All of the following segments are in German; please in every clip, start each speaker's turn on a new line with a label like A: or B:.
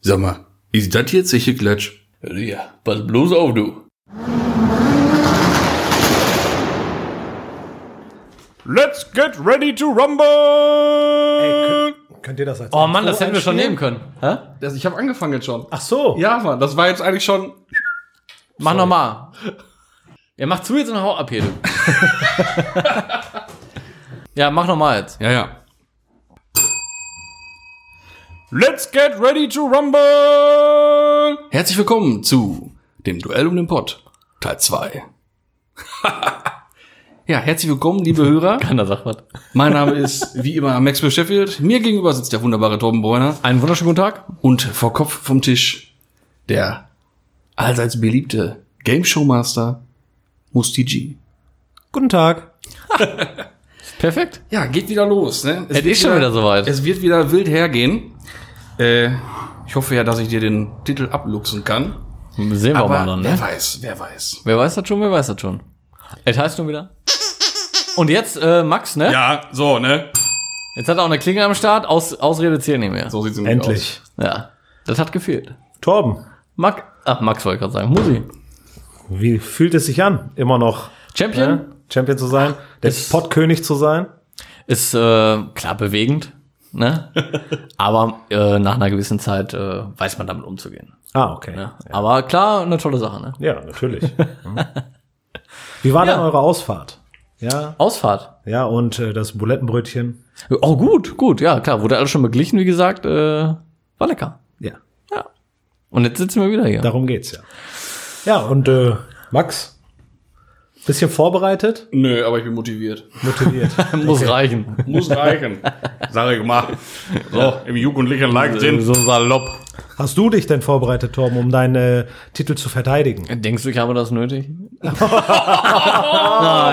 A: Sag mal, ist das jetzt sicher Klatsch?
B: Ja, pass bloß auf, du.
C: Let's get ready to rumble!
D: Ey, könnt, könnt ihr das als
E: Oh Mann,
D: Intro
E: das hätten wir schon nehmen
D: einspielen?
E: können. Hä?
B: Das, ich habe angefangen jetzt schon.
D: Ach so.
B: Ja, Mann, das war jetzt eigentlich schon.
E: Mach nochmal. Ja, mach zu jetzt und hau ab hier, du. ja, mach nochmal jetzt.
B: Ja, ja.
C: Let's get ready to rumble!
B: Herzlich willkommen zu dem Duell um den Pott, Teil 2. ja, herzlich willkommen, liebe Hörer.
E: Keiner sagt was.
B: Mein Name ist wie immer Maxwell Sheffield. Mir gegenüber sitzt der wunderbare Torben Bräuner
E: Einen wunderschönen guten Tag.
B: und vor Kopf vom Tisch der allseits beliebte Game Showmaster Musti G.
D: Guten Tag.
E: Perfekt.
B: Ja, geht wieder los, ne?
E: Es ist schon wieder soweit.
B: Es wird wieder wild hergehen. Äh, ich hoffe ja, dass ich dir den Titel abluchsen kann.
E: Sehen wir mal dann,
B: wer
E: ne?
B: weiß, wer weiß.
E: Wer weiß das schon, wer weiß das schon. Es heißt nun wieder. Und jetzt, äh, Max, ne?
B: Ja, so, ne?
E: Jetzt hat er auch eine Klinge am Start. Aus, Ausrede zählt nicht mehr.
B: So sieht's nämlich
D: Endlich.
E: Ja. Das hat gefehlt.
D: Torben,
E: Max, ach, Max wollte ich gerade sagen. Musi.
D: wie fühlt es sich an, immer noch
E: Champion?
B: Äh?
D: ne? Champion zu sein, der
E: Ist-
D: Pottkönig zu sein?
E: Ist äh, klar bewegend, ne? Aber äh, nach einer gewissen Zeit äh, weiß man damit umzugehen.
D: Ah, okay.
E: Ne? Aber klar, eine tolle Sache, ne?
D: Ja, natürlich. Mhm. wie war denn eure Ausfahrt? Ja,
E: Ausfahrt.
D: ja, und äh, das Bulettenbrötchen.
E: Oh, gut, gut, ja, klar. Wurde alles schon beglichen, wie gesagt. Äh, war lecker.
D: Ja,
E: Ja. Und jetzt sitzen wir wieder hier.
D: darum geht's ja. Ja, und äh, Max, bisschen vorbereitet,
B: Nö, aber ich bin motiviert.
D: motiviert.
E: Muss reichen.
C: Muss reichen. Sag ich mal. So, im jugendlichen Leichtsinn.
E: So salopp.
D: Hast du dich denn vorbereitet, Torben, um deinen äh, Titel zu verteidigen?
E: Denkst du, ich habe das nötig? Na,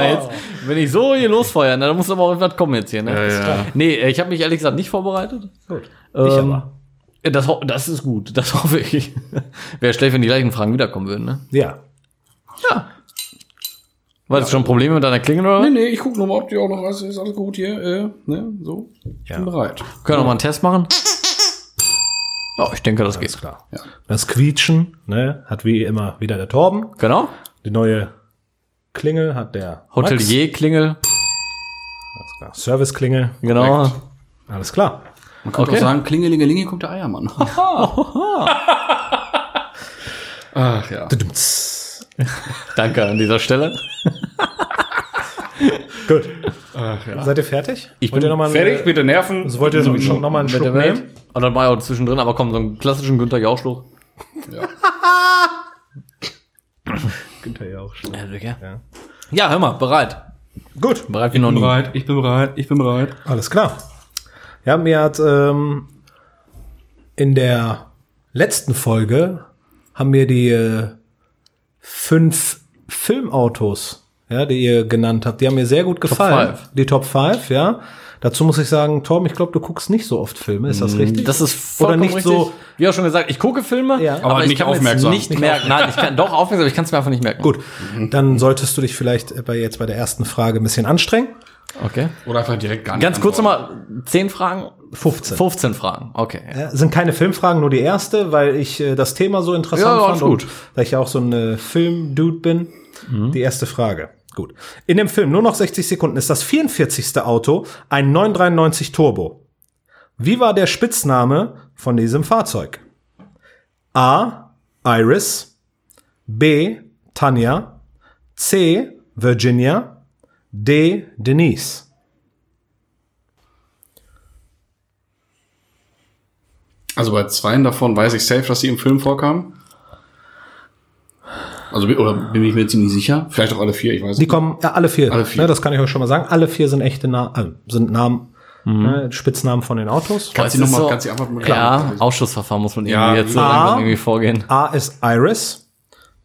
E: jetzt, wenn ich so hier losfeuere, na, dann muss aber auch was kommen jetzt hier, ne? Nee, ich habe mich ehrlich gesagt nicht vorbereitet.
D: Gut.
E: Ähm,
D: Ich aber.
E: Das, ho- das ist gut, das hoffe ich. Wäre schlecht, wenn die gleichen Fragen wiederkommen würden, ne?
D: Ja.
E: War das schon ein Problem mit deiner Klinge oder?
B: Nee,
E: was?
B: nee, ich guck nochmal, ob dir auch noch was ist. Alles gut hier, äh, ne? So. Ich bin bereit.
E: Können wir noch mal einen Test machen? Ja, ich denke, das geht.
D: Klar. Das Quietschen ne, hat wie immer wieder der Torben.
E: Genau.
D: Die neue Klingel hat der Max.
E: Hotelier-Klingel.
D: Alles klar. Service-Klingel.
E: Genau.
D: Alles klar.
B: Man könnte
E: Okay.
B: auch sagen, klingelingelinge kommt der Eiermann. Ach ja.
E: Danke an dieser Stelle.
D: Gut. Seid ihr fertig?
E: Ich
D: Wollt
E: bin
D: ihr noch mal einen-
C: Fertig mit den Nerven.
D: Also wollt ihr noch, noch mal einen
E: Mit
D: Schluck
E: der
D: nehmen?
E: Welt. Und dann war ja auch zwischendrin, aber komm, so einen klassischen Günther Jauchschluch. Ja, ja. ja, hör mal, bereit.
D: Gut.
E: Bereit wie noch nie.
B: bereit, ich bin bereit, ich bin bereit.
D: Alles klar. Ja, mir hat ähm, in der letzten Folge haben mir die äh, fünf Filmautos, ja, die ihr genannt habt, die haben mir sehr gut gefallen.
E: five.
D: die Top 5, ja. Dazu muss ich sagen, Tom, ich glaube, du guckst nicht so oft Filme, ist das richtig?
E: Mm, Das ist
D: Oder
E: vollkommen
D: nicht
E: richtig.
D: so.
E: Wie auch schon gesagt, ich gucke Filme,
D: Ja.
E: aber
B: Aber
E: ich
B: nicht
E: kann mir jetzt
B: aufmerksam.
E: nicht merken. Nein, ich kann doch aufmerksam, aber ich kann es mir einfach nicht merken.
D: Gut, dann solltest du dich vielleicht bei jetzt bei der ersten Frage ein bisschen anstrengen.
E: Okay.
B: Oder einfach direkt gar nicht.
E: Ganz kurz
B: antworten.
E: nochmal, 10 Fragen?
D: 15.
E: 15 Fragen, okay.
D: Ja, Äh, sind keine Filmfragen, nur die erste, weil ich äh, das Thema so
E: Ja,
D: interessant
E: ja,
D: fand.
E: gut.
D: Und,
E: Mhm.
D: da ich ja auch so ein äh, Film-Dude bin. Die erste Frage. Gut. In dem Film, nur noch 60 Sekunden, ist das 44. Auto ein 993 Turbo. Wie war der Spitzname von diesem Fahrzeug? A. Iris. B. Tanja. C. Virginia. D. Denise.
B: Also bei zweien davon weiß ich safe, dass sie im Film vorkamen. Also bi- oder bin ich mir ziemlich sicher. Vielleicht auch alle vier, ich weiß
D: Die
B: nicht.
D: kommen, ja, alle vier.
B: Alle vier.
D: Ne, das kann ich euch schon mal sagen. Alle vier sind echte Na äh, sind Namen, ne, Spitznamen von den Autos.
B: Kannst du
E: Es
B: noch
E: ist
B: mal-
E: so-
B: kannst du einfach mal-
E: Ja,
B: Klar.
E: Ausschussverfahren muss man irgendwie
B: Ja,
E: jetzt so
D: klar.
E: langsam irgendwie vorgehen.
D: A ist Iris,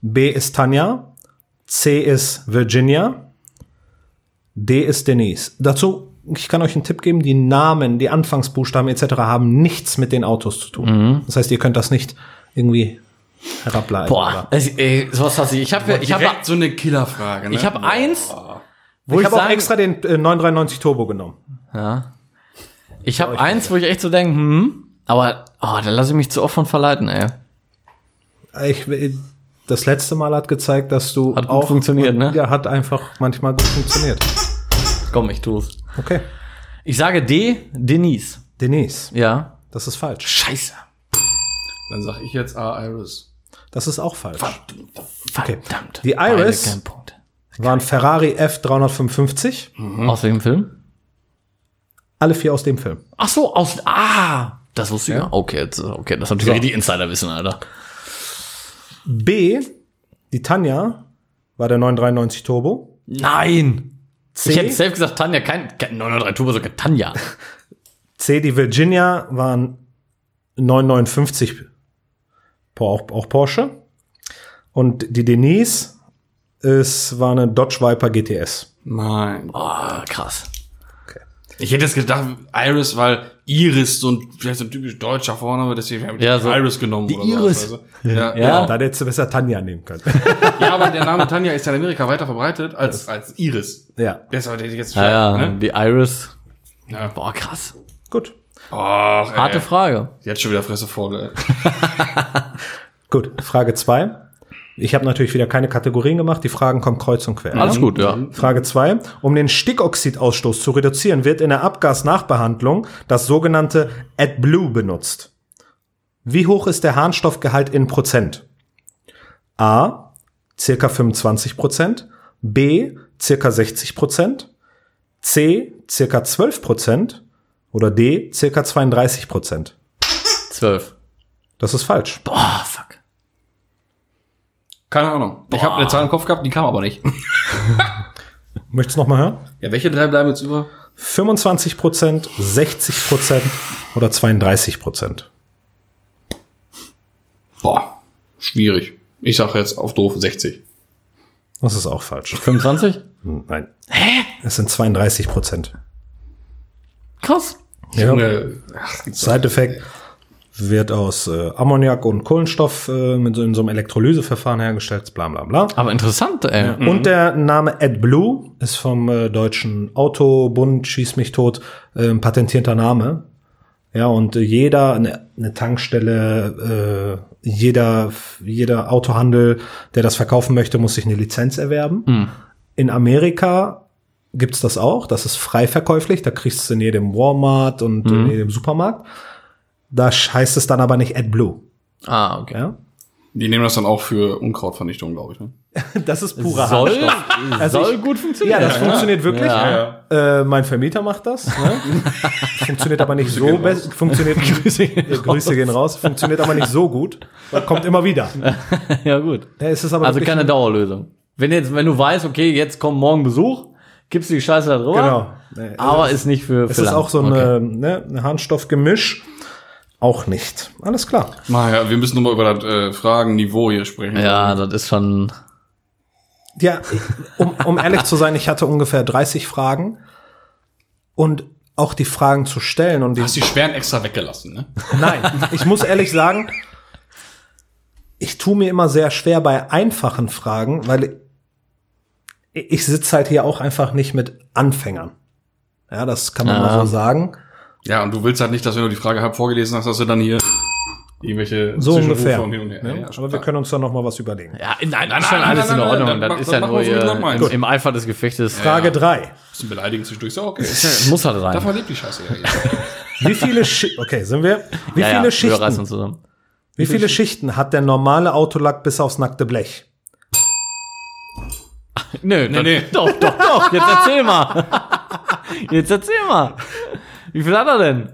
D: B ist Tanja, C ist Virginia, D ist Denise. Dazu, ich kann euch einen Tipp geben, die Namen, die Anfangsbuchstaben etc. haben nichts mit den Autos zu tun. Das heißt, ihr könnt das nicht irgendwie herableiten.
E: Boah,
D: oder-
E: es, ey, sowas hasse ich. Ich habe ich hab,
B: so eine Killerfrage. Ne?
E: ich hab eins, wo
D: Ich
E: ich,
D: habe auch
E: sagen,
D: extra den äh, 993 Turbo genommen.
E: ich habe eins, wo ich echt so denke, hm, Aber oh, da lasse ich mich zu oft von verleiten, ey.
D: Ich, das letzte Mal hat gezeigt, dass du
E: Hat gut funktioniert, ne?
D: Ja, hat einfach manchmal gut funktioniert.
E: Komm, ich tu's.
D: Okay.
E: Ich sage D, Denise.
D: Denise,
E: Ja.
D: das ist falsch.
E: Scheiße.
F: Dann sag ich jetzt A, Iris.
D: Das ist auch falsch.
E: Verdammt.
D: Die
E: Beide
D: Iris-
E: keinen Punkt.
D: War ein Ferrari F355.
E: Aus welchem Film?
D: Alle vier aus dem Film.
E: Ach so, aus. Ah! Das wusste ich ja. Okay, jetzt, okay, das haben die richtig Insiderwissen, Alter.
D: B, die Tanja, war der 993 Turbo.
E: Nein!
D: C,
E: Ich hätte selbst gesagt, Tanja, kein, kein 903 Turbo, sogar Tanja.
D: C, die Virginia waren 959, Po- auch, auch Porsche. Und die Denise ist, war eine Dodge Viper GTS.
F: Nein.
E: Oh, krass.
B: Ich hätte jetzt gedacht, Iris, weil Iris so ein, vielleicht so ein typisch deutscher Vorname, deswegen habe ich
E: Ja, so-
B: Iris genommen.
F: Die
B: so,
F: Iris.
B: weißt du? ja, ja.
E: Ja.
D: Da hättest du besser Tanja nehmen können.
B: ja, aber der Name Tanja ist ja in Amerika weiter verbreitet als, als Iris.
D: ja,
B: Deshalb hätte ich jetzt
E: Ja, ja,
B: ne?
E: die Iris.
B: Ja.
E: Boah, krass.
D: gut.
B: Och, ey.
E: Harte Frage.
B: Die hat schon wieder Fresse voll, ey.
D: Gut, Frage zwei. Ich habe natürlich wieder keine Kategorien gemacht. Die Fragen kommen kreuz und quer. Also,
E: Alles gut, ja.
D: Frage 2. Um den Stickoxidausstoß zu reduzieren, wird in der Abgasnachbehandlung das sogenannte AdBlue benutzt. Wie hoch ist der Harnstoffgehalt in Prozent? A. Circa 25 Prozent. B. Circa 60 Prozent. C. Circa 12 Prozent. Oder D. Circa 32 Prozent.
E: Zwölf.
D: Das ist falsch.
E: Boah, fuck.
B: Keine Ahnung. Ich habe eine Zahl im Kopf gehabt, die kam aber nicht.
D: Möchtest du noch mal hören?
B: Ja, welche drei bleiben jetzt über?
D: 25 Prozent, 60 Prozent oder 32 Prozent.
B: Boah, schwierig. Ich sag jetzt auf doof 60.
D: Das ist auch falsch.
E: 25?
D: Nein. Hä? Es sind 32 Prozent.
E: Krass.
D: Ja.
B: Junge, ach,
D: Side-Effekt wird aus äh, Ammoniak und Kohlenstoff äh, mit so, in so einem Elektrolyseverfahren hergestellt, bla bla bla.
E: Aber interessant, ey.
D: Und der Name AdBlue ist vom äh, deutschen Autobund, schieß mich tot, äh, ein patentierter Name. Ja, und äh, jeder, eine eine Tankstelle, äh, jeder, jeder Autohandel, der das verkaufen möchte, muss sich eine Lizenz erwerben. In Amerika gibt's das auch. Das ist frei verkäuflich. Da kriegst du es in jedem Walmart und in jedem Supermarkt. Da heißt es dann aber nicht AdBlue.
E: Ah, okay.
D: Ja?
B: Die nehmen das dann auch für Unkrautvernichtung, glaube ich. Ne?
D: Das ist purer
E: Soll,
D: Harnstoff. Also
E: soll
D: ich-
E: gut
D: Ja,
E: funktionieren.
D: das funktioniert wirklich.
E: Ja.
D: Äh, mein Vermieter macht das. Ne? funktioniert aber nicht so best. Funktioniert. Grüße, äh, Grüße gehen raus. Funktioniert aber nicht so gut. Kommt immer wieder.
E: ja, gut.
D: Da ist es aber
E: Also
D: wirklich-
E: keine Dauerlösung. Wenn jetzt, wenn du weißt, okay, jetzt kommt morgen Besuch, gibst du die Scheiße da drüber.
D: Genau. Nee,
E: Aber ist nicht für, für
D: Es ist
E: lang.
D: auch so
E: Okay.
D: eine, ne, ein Harnstoffgemisch. Auch nicht. Alles klar.
B: Naja, wir müssen nochmal über das äh, Fragenniveau hier sprechen.
E: Ja, das ist schon.
D: Ja, um, um ehrlich zu sein, ich hatte ungefähr 30 Fragen. Und auch die Fragen zu stellen und die
B: Du hast die Schweren extra weggelassen, ne?
D: Nein, ich muss ehrlich sagen, ich tue mir immer sehr schwer bei einfachen Fragen, weil ich, ich sitze halt hier auch einfach nicht mit Anfängern. Ja, das kann man
E: Ah.
D: mal so sagen.
B: Ja, und du willst halt nicht, dass wenn du die Frage halb vorgelesen hast, dass du dann hier irgendwelche
D: So
B: Zwischenrufe
D: ungefähr.
B: und hin und her. Ja,
D: Ne?
B: ja, schon
D: Aber wir
B: klar.
D: können uns da noch mal was überlegen.
E: Ja, nein, nein,
B: nein,
E: schon
B: nein,
E: alles
B: nein,
E: in
B: nein,
E: Ordnung.
B: dann
E: das
B: mach-
E: ist ja
B: dann machen
E: nur
B: wir so, wie du
E: ihr,
B: meinst.
E: im, im Eifer des Gefechtes.
D: Frage drei:
B: Ein bisschen beleidigen zwischendurch. So, okay.
E: Muss halt
B: Davon
E: rein.
B: lebt die Scheiße ja. jetzt.
D: Wie viele Schi Okay, sind wir? Wie viele
E: ja, ja, Wir reißen
D: Schichten?
E: uns zusammen.
D: Wie viele Schichten hat der normale Autolack bis aufs nackte Blech?
E: Nö, nee,
B: nee.
E: Doch, doch, doch. Jetzt erzähl mal. Jetzt erzähl mal. Wie viel hat er denn?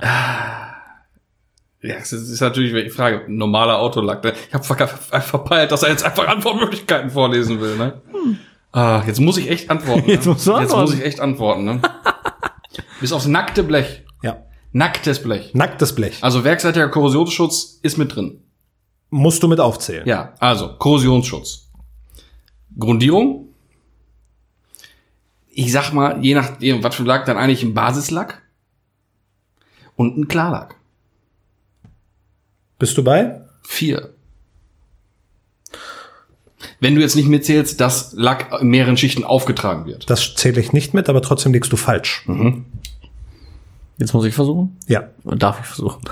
B: Ja, es ist, ist natürlich die Frage. Normaler Autolack. Ne? Ich habe ver ver verpeilt, dass er jetzt einfach Antwortmöglichkeiten vorlesen will. Ne? Ah, jetzt muss ich echt antworten. Ne?
E: Hm. Jetzt musst du
B: Jetzt
E: antworten.
B: muss ich echt antworten. Ne? Bis aufs nackte Blech.
D: Ja,
B: Nacktes Blech.
D: nacktes Blech.
E: Ah.
B: Also werkseitiger Korrosionsschutz ist mit drin.
D: Musst du mit aufzählen.
B: Ja, also Korrosionsschutz. Grundierung. Ich sag mal, je nachdem, was für ein Lack, dann eigentlich ein Basislack und ein Klarlack.
D: Bist du bei?
B: Vier. Wenn du jetzt nicht mitzählst, dass Lack in mehreren Schichten aufgetragen wird.
E: Hm.
D: Das zähle ich nicht mit, aber trotzdem liegst du falsch.
E: Jetzt muss ich versuchen.
D: Ja.
E: Darf ich versuchen?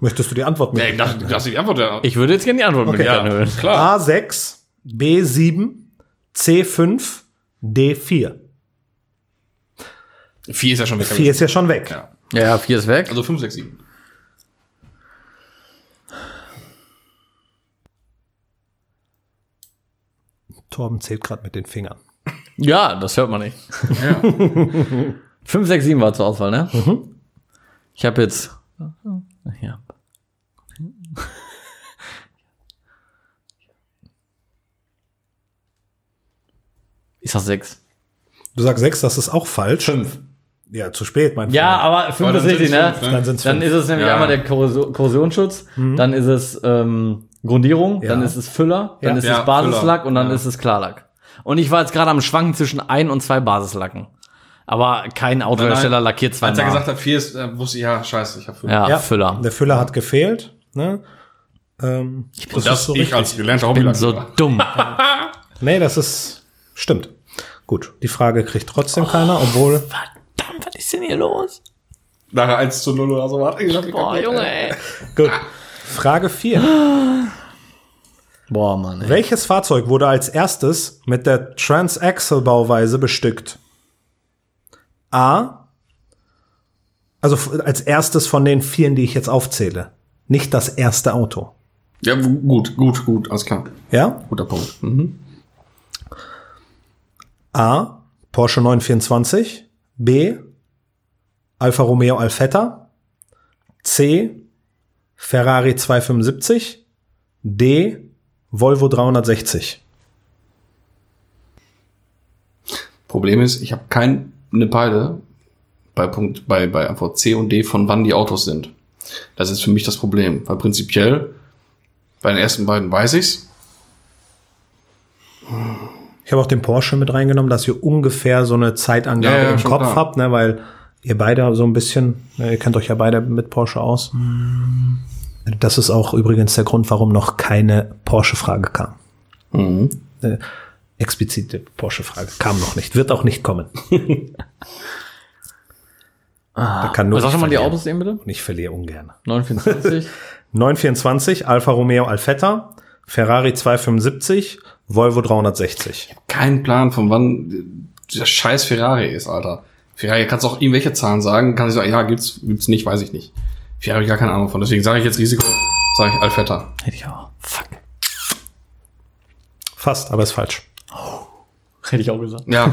D: Möchtest du die Antwort
B: Ja,
D: mit?
B: ich dachte, das ist die Antwort ja.
E: Ich würde jetzt gerne die Antwort mit
D: Okay.
E: gerne hören.
B: Klar.
D: A6, B7, C5, D4.
B: Vier ist ja schon weg.
D: 4 ist ja schon weg.
B: Ja.
E: Ja, vier ist weg.
B: Also fünf, sechs, sieben.
D: Torben zählt gerade mit den Fingern.
E: Ja, das hört man nicht. Ja. 5, 6, 7 war zur Auswahl, ne? Ich habe jetzt. Ja. Ich sag 6.
D: Du sagst 6, das ist auch falsch.
B: 5.
D: Ja, zu spät, mein
E: Ja,
D: Freund.
E: aber 5
B: Aber
E: ist
B: dann
E: richtig,
B: sind's
E: ne?
B: fünf, ne?
D: Dann sind es
E: Dann ist es nämlich
B: Ja.
E: einmal der Korroso- Korrosionsschutz, dann ist es ähm, Grundierung, dann ist es Füller, dann
D: Ja.
E: ist
B: Ja,
E: es Basislack
B: Füller.
E: und dann
B: Ja.
E: ist es Klarlack. Und ich war jetzt gerade am Schwanken zwischen ein und zwei Basislacken. Aber kein
B: Nein,
E: Autohersteller
B: nein.
E: lackiert
B: Als
E: zweimal.
B: er gesagt hat, vier ist, äh, wusste ich, ja, scheiße, ich habe fünf.
E: ja,
D: Ja,
E: Füller.
D: Der Füller hat gefehlt. Ne? Ähm, ich
B: Und das, ich als gelernter
E: Bin
B: Hobbylackierer.
E: so dumm.
D: Nee, das ist. Stimmt. Gut. Die Frage kriegt trotzdem keiner, obwohl.
E: Verdammt, was ist denn hier los?
B: Nachher 1 zu 0 oder so. Warte, ich hab die
E: Boah,
B: kaputt,
E: Junge,
B: ey.
E: ey.
D: Gut. Frage 4.
E: Boah, Mann. Ey.
D: Welches Fahrzeug wurde als erstes mit der Transaxle-Bauweise bestückt? A. Also f- als erstes von den vielen, die ich jetzt aufzähle. Nicht das erste Auto.
B: Ja, w- gut, gut, gut, alles klar.
D: Ja?
B: Guter Punkt.
D: A. Porsche 924. B. Alfa Romeo Alfetta. C. Ferrari 275. D. Volvo 360.
B: Problem ist, ich habe keine Peile bei Punkt, bei, bei Antwort C und D, von wann die Autos sind. Das ist für mich das Problem, weil prinzipiell bei den ersten beiden weiß ich's.
D: Ich habe auch den Porsche mit reingenommen, dass ihr ungefähr so eine Zeitangabe
B: Ja, ja,
D: im
B: schon
D: Kopf
B: klar.
D: habt, ne, weil ihr beide so ein bisschen, ne, ihr kennt euch ja beide mit Porsche aus.
B: Mhm.
D: Das ist auch übrigens der Grund, warum noch keine Porsche-Frage kam.
B: Mhm.
D: Eine explizite Porsche-Frage kam noch nicht, wird auch nicht kommen.
E: Ah.
D: da kann nur
E: Sag
D: ich
E: doch mal die
D: verlieren.
E: Autos eben bitte.
D: Und ich verliere ungern.
E: 924.
D: 924, Alfa Romeo Alfetta, Ferrari 275, Volvo 360.
B: Kein Plan, von wann der scheiß Ferrari ist, Alter. Ferrari kannst auch irgendwelche Zahlen sagen, kann ich sagen, ja, gibt's, gibt's nicht, weiß ich nicht. Ferrari hab ich gar keine Ahnung von. Deswegen sage ich jetzt Risiko, sage ich Alfetta.
E: Hätte ich auch. Fuck.
D: Fast, aber ist falsch.
E: Hätte ich auch gesagt.
B: Ja,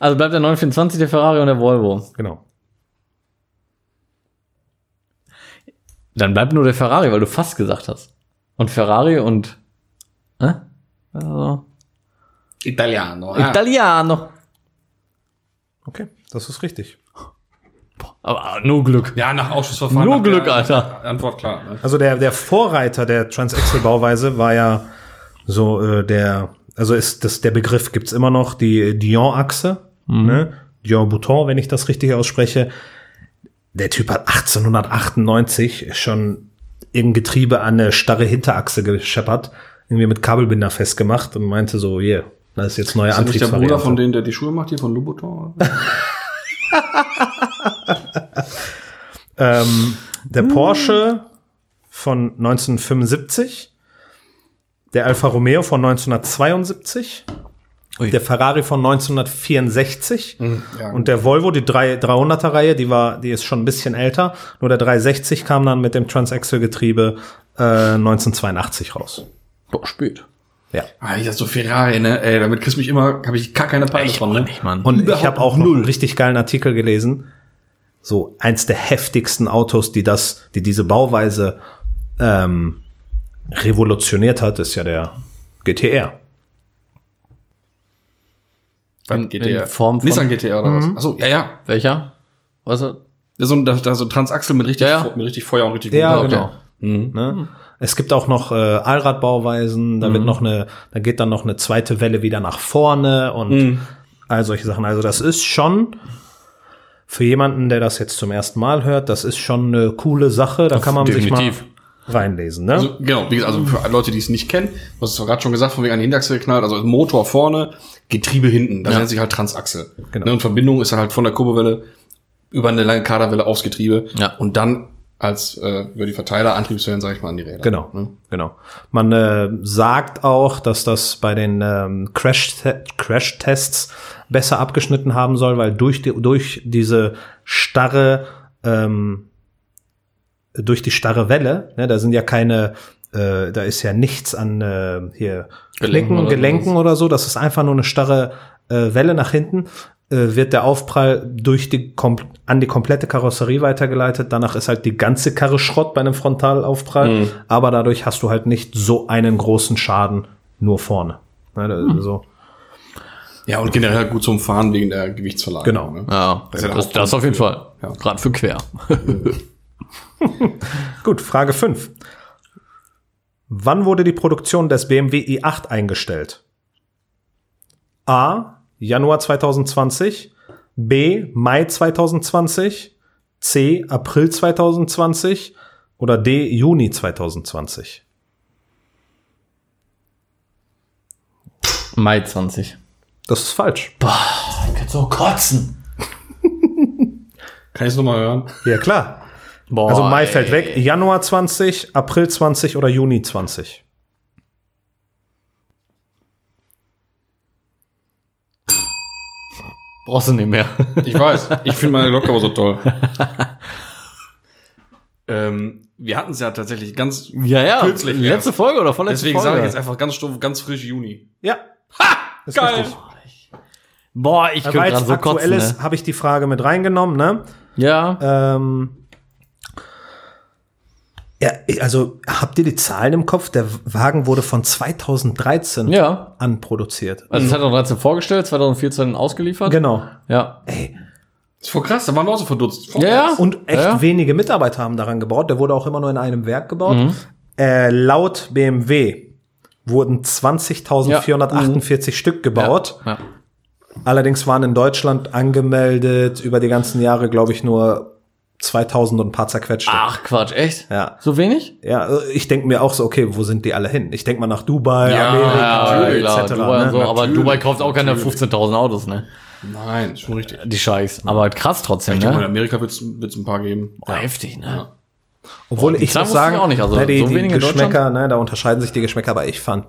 E: Also bleibt der 924, der Ferrari und der Volvo.
D: Genau.
E: Dann bleibt nur der Ferrari, weil du fast gesagt hast. Und Ferrari und. Hä? Also,
B: Italiano.
E: Ah.
B: ja.
E: Italiano.
D: Okay, das ist richtig.
E: Aber ah, nur Glück.
B: Ja, nach Ausschussverfahren.
E: Nur
B: nach
E: Glück,
B: der
E: Alter.
B: Antwort klar. Ne?
D: Also der, der Vorreiter der Transaxle-Bauweise war ja so äh, der, also ist das der Begriff gibt's immer noch, die Dion-Achse,
B: Mhm.
D: ne? Dion-Bouton, wenn ich das richtig ausspreche. Der Typ hat 1898 schon im Getriebe an eine starre Hinterachse gescheppert, irgendwie mit Kabelbinder festgemacht und meinte so, yeah, das ist jetzt neue
B: Ist das nicht der Bruder von
D: Antriebsvariante.
B: denen, der die Schuhe macht, hier von Louboutin?
D: Ähm, der Porsche von 1975, der Alfa Romeo von 1972,
E: Ui.
D: der Ferrari von 1964
B: ja,
D: und der Volvo, die drei- 300er Reihe, die war, die ist schon ein bisschen älter. Nur der 360 kam dann mit dem Transaxle-Getriebe äh, 1982 raus.
E: Boah, spät.
D: Ja.
B: Ah, ich dachte so Ferrari, ne? Ey, damit kriegst du mich immer, habe ich gar keine Peile von, ne?
E: Mann.
D: Und
B: Überhaupt
D: ich habe auch noch
B: null.
D: einen richtig geilen Artikel gelesen. So eins der heftigsten Autos, die das, die diese Bauweise ähm, revolutioniert hat, ist ja der GTR.
B: Beim GTR.
E: in Form von-
B: Nissan GTR oder was? Achso, Mhm. ja, ja.
E: Welcher? Was ist das?
B: Ja, So ein, da, da so ein Transaxel mit richtig,
E: Ja, ja.
B: Fe- mit richtig Feuer und richtig
D: Ja,
B: Wunder.
D: genau. Ne? Es gibt auch noch äh, Allradbauweisen, da wird noch eine, da geht dann noch eine zweite Welle wieder nach vorne und all solche Sachen. Also das ist schon für jemanden, der das jetzt zum ersten Mal hört, das ist schon eine coole Sache. Da kann man
E: definitiv.
D: sich mal reinlesen. Ne?
B: Also, genau, wie gesagt, also für Leute, die es nicht kennen, du hast es gerade schon gesagt, von wegen an die Hinterachse geknallt, also Motor vorne, Getriebe hinten, das nennt sich halt Transaxel.
D: Genau.
B: Ne, und Verbindung ist halt von der Kurbelwelle über eine lange Kaderwelle aufs Getriebe
E: Ja.
B: und dann als äh, über die Verteiler Antriebswellen, sage ich mal, an die Räder.
D: Genau, genau. Man äh, sagt auch, dass das bei den ähm, Crash- Crash-Tests besser abgeschnitten haben soll, weil durch, die, durch diese starre, ähm, durch die starre Welle, ne, da sind ja keine, äh, da ist ja nichts an äh, hier
B: Gelenken
D: Knicken,
B: oder
D: Gelenken oder so, das ist einfach nur eine starre äh, Welle nach hinten äh, wird der Aufprall durch die kom- an die komplette Karosserie weitergeleitet. Danach ist halt die ganze Karre Schrott bei einem Frontalaufprall,
B: Mhm.
D: aber dadurch hast du halt nicht so einen großen Schaden nur vorne. Ne, da-
B: Hm.
D: so.
B: Ja, und generell halt gut zum Fahren wegen der Gewichtsverlagerung.
D: Genau.
B: Ne?
E: Ja,
B: Das ist ja
E: das,
B: auch
E: das auf jeden Fall.
B: Ja.
E: Gerade für quer.
D: Gut, Frage 5. Wann wurde die Produktion des BMW i8 eingestellt? A. Januar 2020, B. Mai 2020, C. April 2020 oder D. Juni 2020?
E: Mai 20.
D: Das ist falsch.
E: Kannst du kotzen?
B: Kann ich es nochmal hören?
D: Ja, klar.
E: Boah,
D: Also Mai
E: ey.
D: fällt weg. Januar 20, April 20 oder Juni 20.
E: Brauchst du nicht mehr.
B: Ich weiß. Ich finde meine Glocke aber so toll. ähm, wir hatten es ja tatsächlich ganz.
E: ja, ja.
B: Kürzlich
E: letzte Folge oder vorletzte
B: Deswegen
E: Folge?
B: sage ich jetzt einfach ganz stumpf, ganz frisch Juni.
D: Ja. Ha!
B: geil.
E: Boah, ich könnte
D: Weil
E: gerade
D: es
E: so
D: aktuell
E: kotzen.
D: ist,
E: Ne?
D: habe ich die Frage mit reingenommen. Ne?
E: Ja.
D: Ähm, ja, also habt ihr die Zahlen im Kopf? Der Wagen wurde von 2013
E: Ja.
D: an produziert.
E: Also 2013 vorgestellt, 2014 ausgeliefert.
D: Genau.
E: Ja.
B: Ist voll krass, da waren wir auch so verdutzt. Voll
E: Ja, ja.
B: krass.
D: Und echt
E: Ja.
D: wenige Mitarbeiter haben daran gebaut. Der wurde auch immer nur in einem Werk gebaut.
E: Mhm.
D: Äh, laut BMW wurden 20.448 Stück gebaut.
E: Mhm. Ja.
D: Allerdings waren in Deutschland angemeldet über die ganzen Jahre, glaube ich, nur 2000 und ein paar zerquetschte.
E: Ach Quatsch, echt?
D: Ja.
E: So wenig?
D: Ja, also ich denke mir auch so, okay, wo sind die alle hin? Ich denke mal nach Dubai,
B: Ja,
D: Amerika,
B: natürlich,
E: klar,
D: etc.
E: Dubai und
D: ne?
E: so, aber
B: Natürlich,
E: Dubai kauft auch keiner 15.000 Autos, ne?
B: Nein, ist schon richtig.
E: Die Scheiß. Aber krass trotzdem,
B: Ich glaube, in
E: ne?
B: Amerika wird es ein paar geben.
E: Boah, heftig, ne?
D: Obwohl ich
E: Zahlen
D: muss
E: wusste ich
D: sagen,
E: auch nicht, also
D: ne, die,
E: so
D: die
E: wenig in
D: Geschmäcker, ne, da unterscheiden sich die Geschmäcker, aber ich fand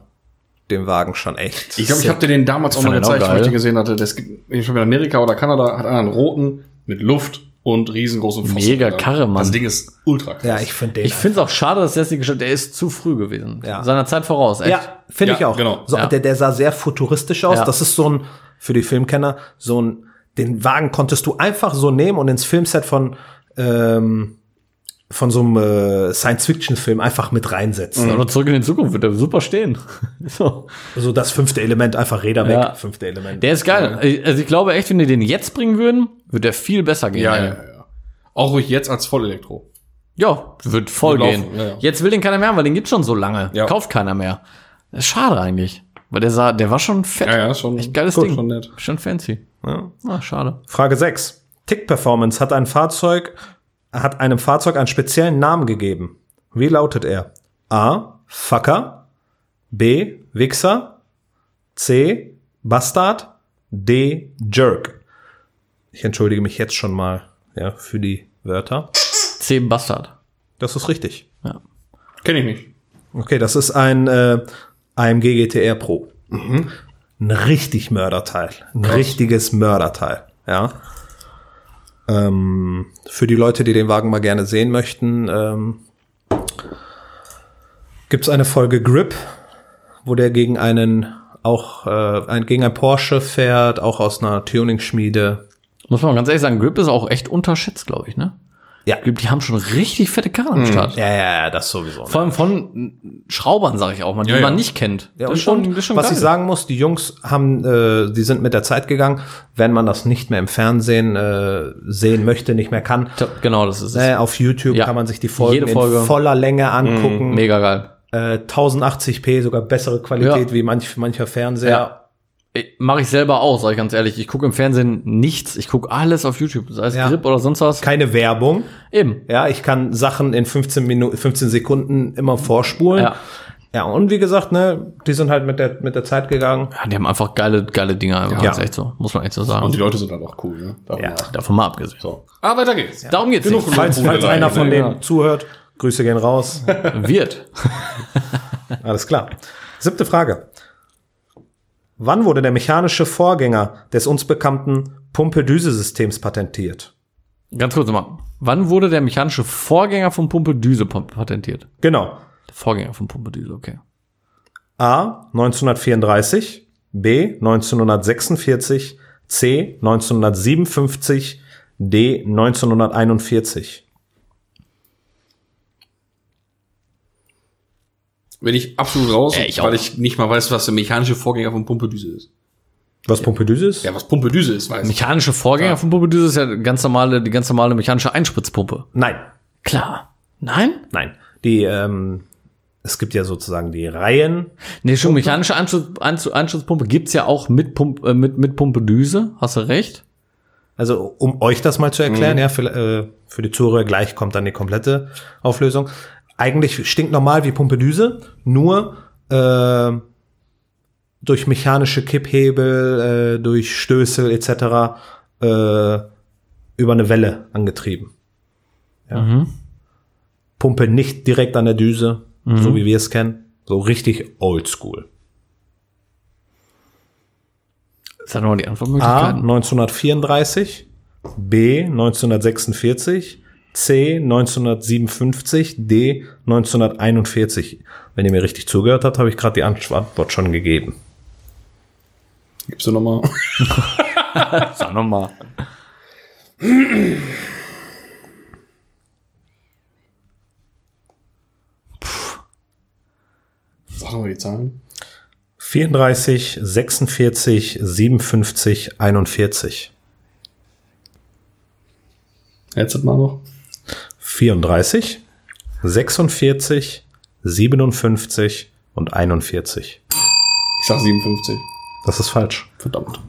D: den Wagen schon echt.
B: Ich glaube, ich habe dir den damals auch
E: Fand
B: mal
E: den auch
B: gezeigt, wo
E: geil.
B: ich den gesehen hatte. Das gibt, ich glaube, in Amerika oder Kanada hat einer einen roten mit Luft und riesengroßen Pfosten.
E: Mega Karre, Mann.
B: Das Ding ist ultra krass.
D: ja, ich finde den.
E: Ich finde es auch schade, dass der es nicht geschafft hat. Der ist zu früh gewesen.
D: Ja.
E: Seiner Zeit voraus, echt.
D: ja, finde
B: Ja,
D: ich auch.
B: genau.
D: So,
E: Ja.
D: der, der sah sehr futuristisch aus.
E: Ja.
D: Das ist so ein, für die Filmkenner, so ein, den Wagen konntest du einfach so nehmen und ins Filmset von, ähm, von so einem äh, Science-Fiction-Film einfach mit reinsetzen.
E: Oder zurück in die Zukunft wird er super stehen. so.
D: So das fünfte Element, einfach Räder weg,
E: Ja.
D: fünfte Element.
E: Der ist geil. Also ich glaube echt, wenn die den jetzt bringen würden, wird der viel besser gehen.
B: ja,
E: ey.
B: ja, ja, ja. Auch ruhig jetzt als Vollelektro.
E: Ja, wird voll
B: Wird
E: gehen.
B: laufen, ja, ja.
E: Jetzt will den keiner mehr haben, weil den gibt's schon so lange.
B: Ja.
E: Kauft keiner mehr. Das ist schade eigentlich. Weil der sah, der war schon fett.
B: Ja, ja, schon.
E: Echt geiles
B: gut,
E: Ding.
B: Schon nett.
E: Schon fancy. Ja. Ah, schade.
D: Frage 6. Tick Performance hat ein Fahrzeug, hat einem Fahrzeug einen speziellen Namen gegeben. Wie lautet er? A. Fucker. B. Wichser. C. Bastard. D. Jerk. Ich entschuldige mich jetzt schon mal ja, für die Wörter.
E: C Bastard.
D: Das ist richtig.
B: Kenn ich nicht.
D: Okay, das ist ein äh, AMG GTR Pro. Ein richtig Mörderteil. Ein richtiges Mörderteil. Ja. Ähm, für die Leute, die den Wagen mal gerne sehen möchten, ähm, gibt es eine Folge Grip, wo der gegen einen auch äh, ein, gegen ein Porsche fährt, auch aus einer Tuning-Schmiede.
E: Muss man ganz ehrlich sagen, Grip ist auch echt unterschätzt, glaube ich, ne?
D: Ja.
E: Grip, die haben schon richtig fette Karren am Start.
D: Mhm. Ja, ja, ja, das sowieso.
E: Vor allem von Schraubern, sage ich auch mal, die
B: Ja, ja.
E: man nicht kennt.
D: Ja, und, und was
E: geil.
D: ich sagen muss, die Jungs haben, äh, die sind mit der Zeit gegangen. Wenn man das nicht mehr im Fernsehen äh, sehen möchte, nicht mehr kann,
E: T- Genau, das ist es.
D: äh, auf YouTube
E: Ja.
D: kann man sich die Folgen
E: Jede Folge. Mhm,
D: in voller Länge angucken.
E: Mega geil.
D: Äh, 1080p, sogar bessere Qualität
E: Ja.
D: wie manch, mancher Fernseher.
E: Ja. Mache ich selber auch, sage ich ganz ehrlich. Ich gucke im Fernsehen nichts. Ich gucke alles auf YouTube, sei es
D: Ja.
E: Grip oder sonst was.
D: Keine Werbung.
E: Eben.
D: Ja, ich kann Sachen in 15 Minuten, 15 Sekunden immer vorspulen.
E: Ja.
D: Ja, und wie gesagt, ne, die sind halt mit der, mit der Zeit gegangen.
E: Ja, die haben einfach geile, geile Dinger, ja.
D: Ja.
E: echt so, muss man echt so sagen.
B: Und die Leute sind dann auch cool, ne? Davon
D: Ja.
B: mal.
E: Davon mal abgesehen.
B: So. Ah, weiter geht's.
E: Darum geht's
B: Genug
E: nicht.
D: Falls, falls
B: Bruderei,
D: einer von
B: ne?
D: denen zuhört, Grüße gehen raus.
E: Wird.
D: Alles klar. Siebte Frage. Wann wurde der mechanische Vorgänger des uns bekannten Pumpe-Düse-Systems patentiert?
E: Ganz kurz nochmal. Wann wurde der mechanische Vorgänger von Pumpe Düse pom- patentiert?
D: Genau.
E: Der Vorgänger von Pumpe Düse, okay.
D: A. 1934, B. 1946, C. 1957, D. 1941.
B: Bin ich absolut raus,
E: Ja, ich auch.
B: weil ich nicht mal weiß, was der mechanische Vorgänger von Pumpedüse ist.
D: Was Pumpe-Düse ist?
B: Ja, was Pumpedüse ist, weiß ich.
E: Mechanische Vorgänger von Pumpe Düse ist ja ganz normale, die ganz normale mechanische Einspritzpumpe.
D: Nein,
E: Klar. Nein?
D: nein. Die, ähm, es gibt ja sozusagen die Reihen.
E: Nee, schon mechanische Anschluss, Anschluss, Anschlusspumpe gibt's ja auch mit, Pump, äh, mit, mit Pumpe Düse. Hast du recht?
D: Also um euch das mal zu erklären, ja, für, äh, für die Zuhörer gleich kommt dann die komplette Auflösung. Eigentlich stinkt normal wie Pumpe-Düse, nur äh, durch mechanische Kipphebel, äh, durch Stößel etc. Äh, über eine Welle angetrieben. Ja. Pumpe nicht direkt an der Düse, so wie wir es kennen. So richtig oldschool.
E: Sag nochmal die
D: A
E: Antwortmöglichkeiten.
D: 1934, B 1946, C 1957, D 1941. Wenn ihr mir richtig zugehört habt, habe ich gerade die Antwort schon gegeben.
B: Gibst du nochmal?
E: Sag nochmal.
B: Sag nochmal die Zahlen.
D: 34, 46, 57, 41.
B: Jetzt mal noch.
D: 34, 46, 57 und 41.
B: Ich sag 57.
D: Das ist falsch.
B: Verdammt.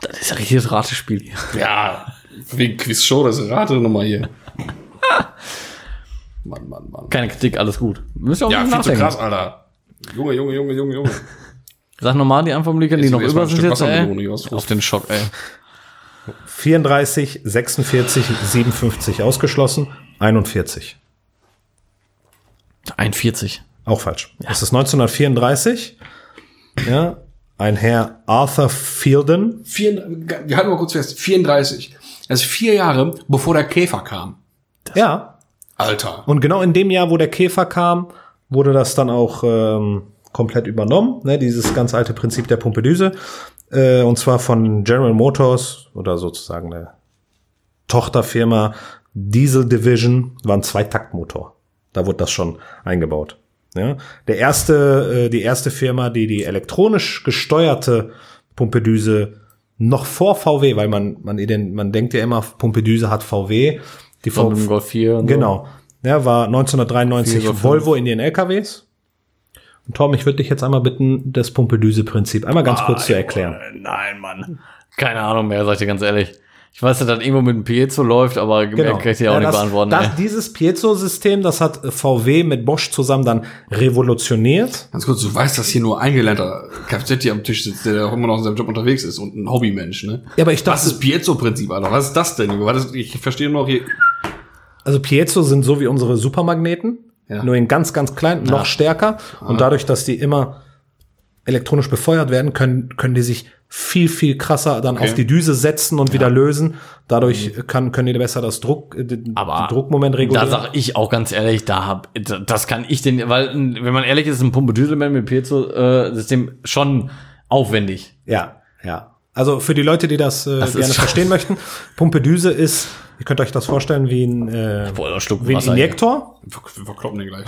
E: Das ist ja richtiges Ratespiel hier.
B: Ja, wegen Quizshow, das ist Rate nochmal hier. Mann, Mann, Mann.
E: Keine Kritik, alles gut. Müsst ihr auch
B: Ja,
E: nicht
B: viel zu
E: nachdenken.
B: krass, Alter. Junge, Junge, Junge, Junge, Junge.
E: Sag nochmal die Antwortmöglichkeiten, die
B: Jetzt
E: noch
B: erst mal
E: über
B: ein
E: sind
B: Stück
E: jetzt,
B: Wasser mit
E: ey.
B: Honig aus.
E: Auf den Schock, ey.
D: 34, 46, 57 ausgeschlossen, 41.
E: 41.
D: Auch falsch. Es ist 1934. Ja, ein Herr Arthur Fielden.
B: Vier, wir halten mal kurz fest. 34. Das ist vier Jahre, bevor der Käfer kam.
D: Ja.
B: Alter.
D: Und genau in dem Jahr, wo der Käfer kam, wurde das dann auch ähm, komplett übernommen. Ne, dieses ganz alte Prinzip der Pumpedüse. Äh, und zwar von General Motors oder sozusagen der Tochterfirma Diesel Division war ein Zweitaktmotor. Da wurde das schon eingebaut. Ja, der erste, äh, die erste Firma, die die elektronisch gesteuerte Pumpedüse noch vor VW, weil man man, ident- man denkt ja immer, Pumpedüse hat VW. Die
E: Von
D: V-
E: dem Golf 4. und so.
D: Genau. Ja, war 1993
E: Vier oder fünf.
D: Volvo in den LKWs. Und Tom, ich würde dich jetzt einmal bitten, das Pumpe-Düse-Prinzip einmal
E: Ah,
D: ganz kurz zu erklären.
E: Äh, Nein, Mann. Keine Ahnung mehr, sag ich dir ganz ehrlich. Ich weiß, dass das irgendwo mit dem Piezo läuft, aber mehr kann ich dir auch nicht
D: Genau. das,
E: beantworten. ne?
D: das,
E: ey.
D: dieses Piezo-System, das hat VW mit Bosch zusammen dann revolutioniert.
B: Ganz kurz, du weißt, dass hier nur ein gelernter Kfz hier am Tisch sitzt, der auch immer noch in seinem Job unterwegs ist und ein Hobbymensch, ne?
D: Ja, aber ich dachte-
B: Was ist Piezo-Prinzip, Alter? Was ist das denn? Junge? Was ist, ich verstehe nur noch hier.
D: Also Piezo sind so wie unsere Supermagneten,
B: Ja.
D: nur in ganz, ganz klein, noch stärker. Und dadurch, dass die immer elektronisch befeuert werden, können, können die sich viel, viel krasser dann auf die Düse setzen und wieder lösen. Dadurch kann, können die besser das Druck, äh, den,
E: Mhm. Aber
D: den Druckmoment
E: Da
D: regulieren.
E: sag ich auch ganz ehrlich, da hab, das kann ich den, weil, wenn man ehrlich ist, ein Pumpe-Düselmann mit E Piezo-System äh, schon aufwendig.
D: Ja, ja. Also für die Leute, die das, äh,
E: Das ist
D: gerne
E: schon-
D: verstehen möchten, Pumpedüse ist, ihr könnt euch das vorstellen wie ein, äh,
E: Boah, ein Schluck
D: wie ein
E: Wasser, ey.
D: Injektor,
B: Wir ver- wir verkloppen den gleich.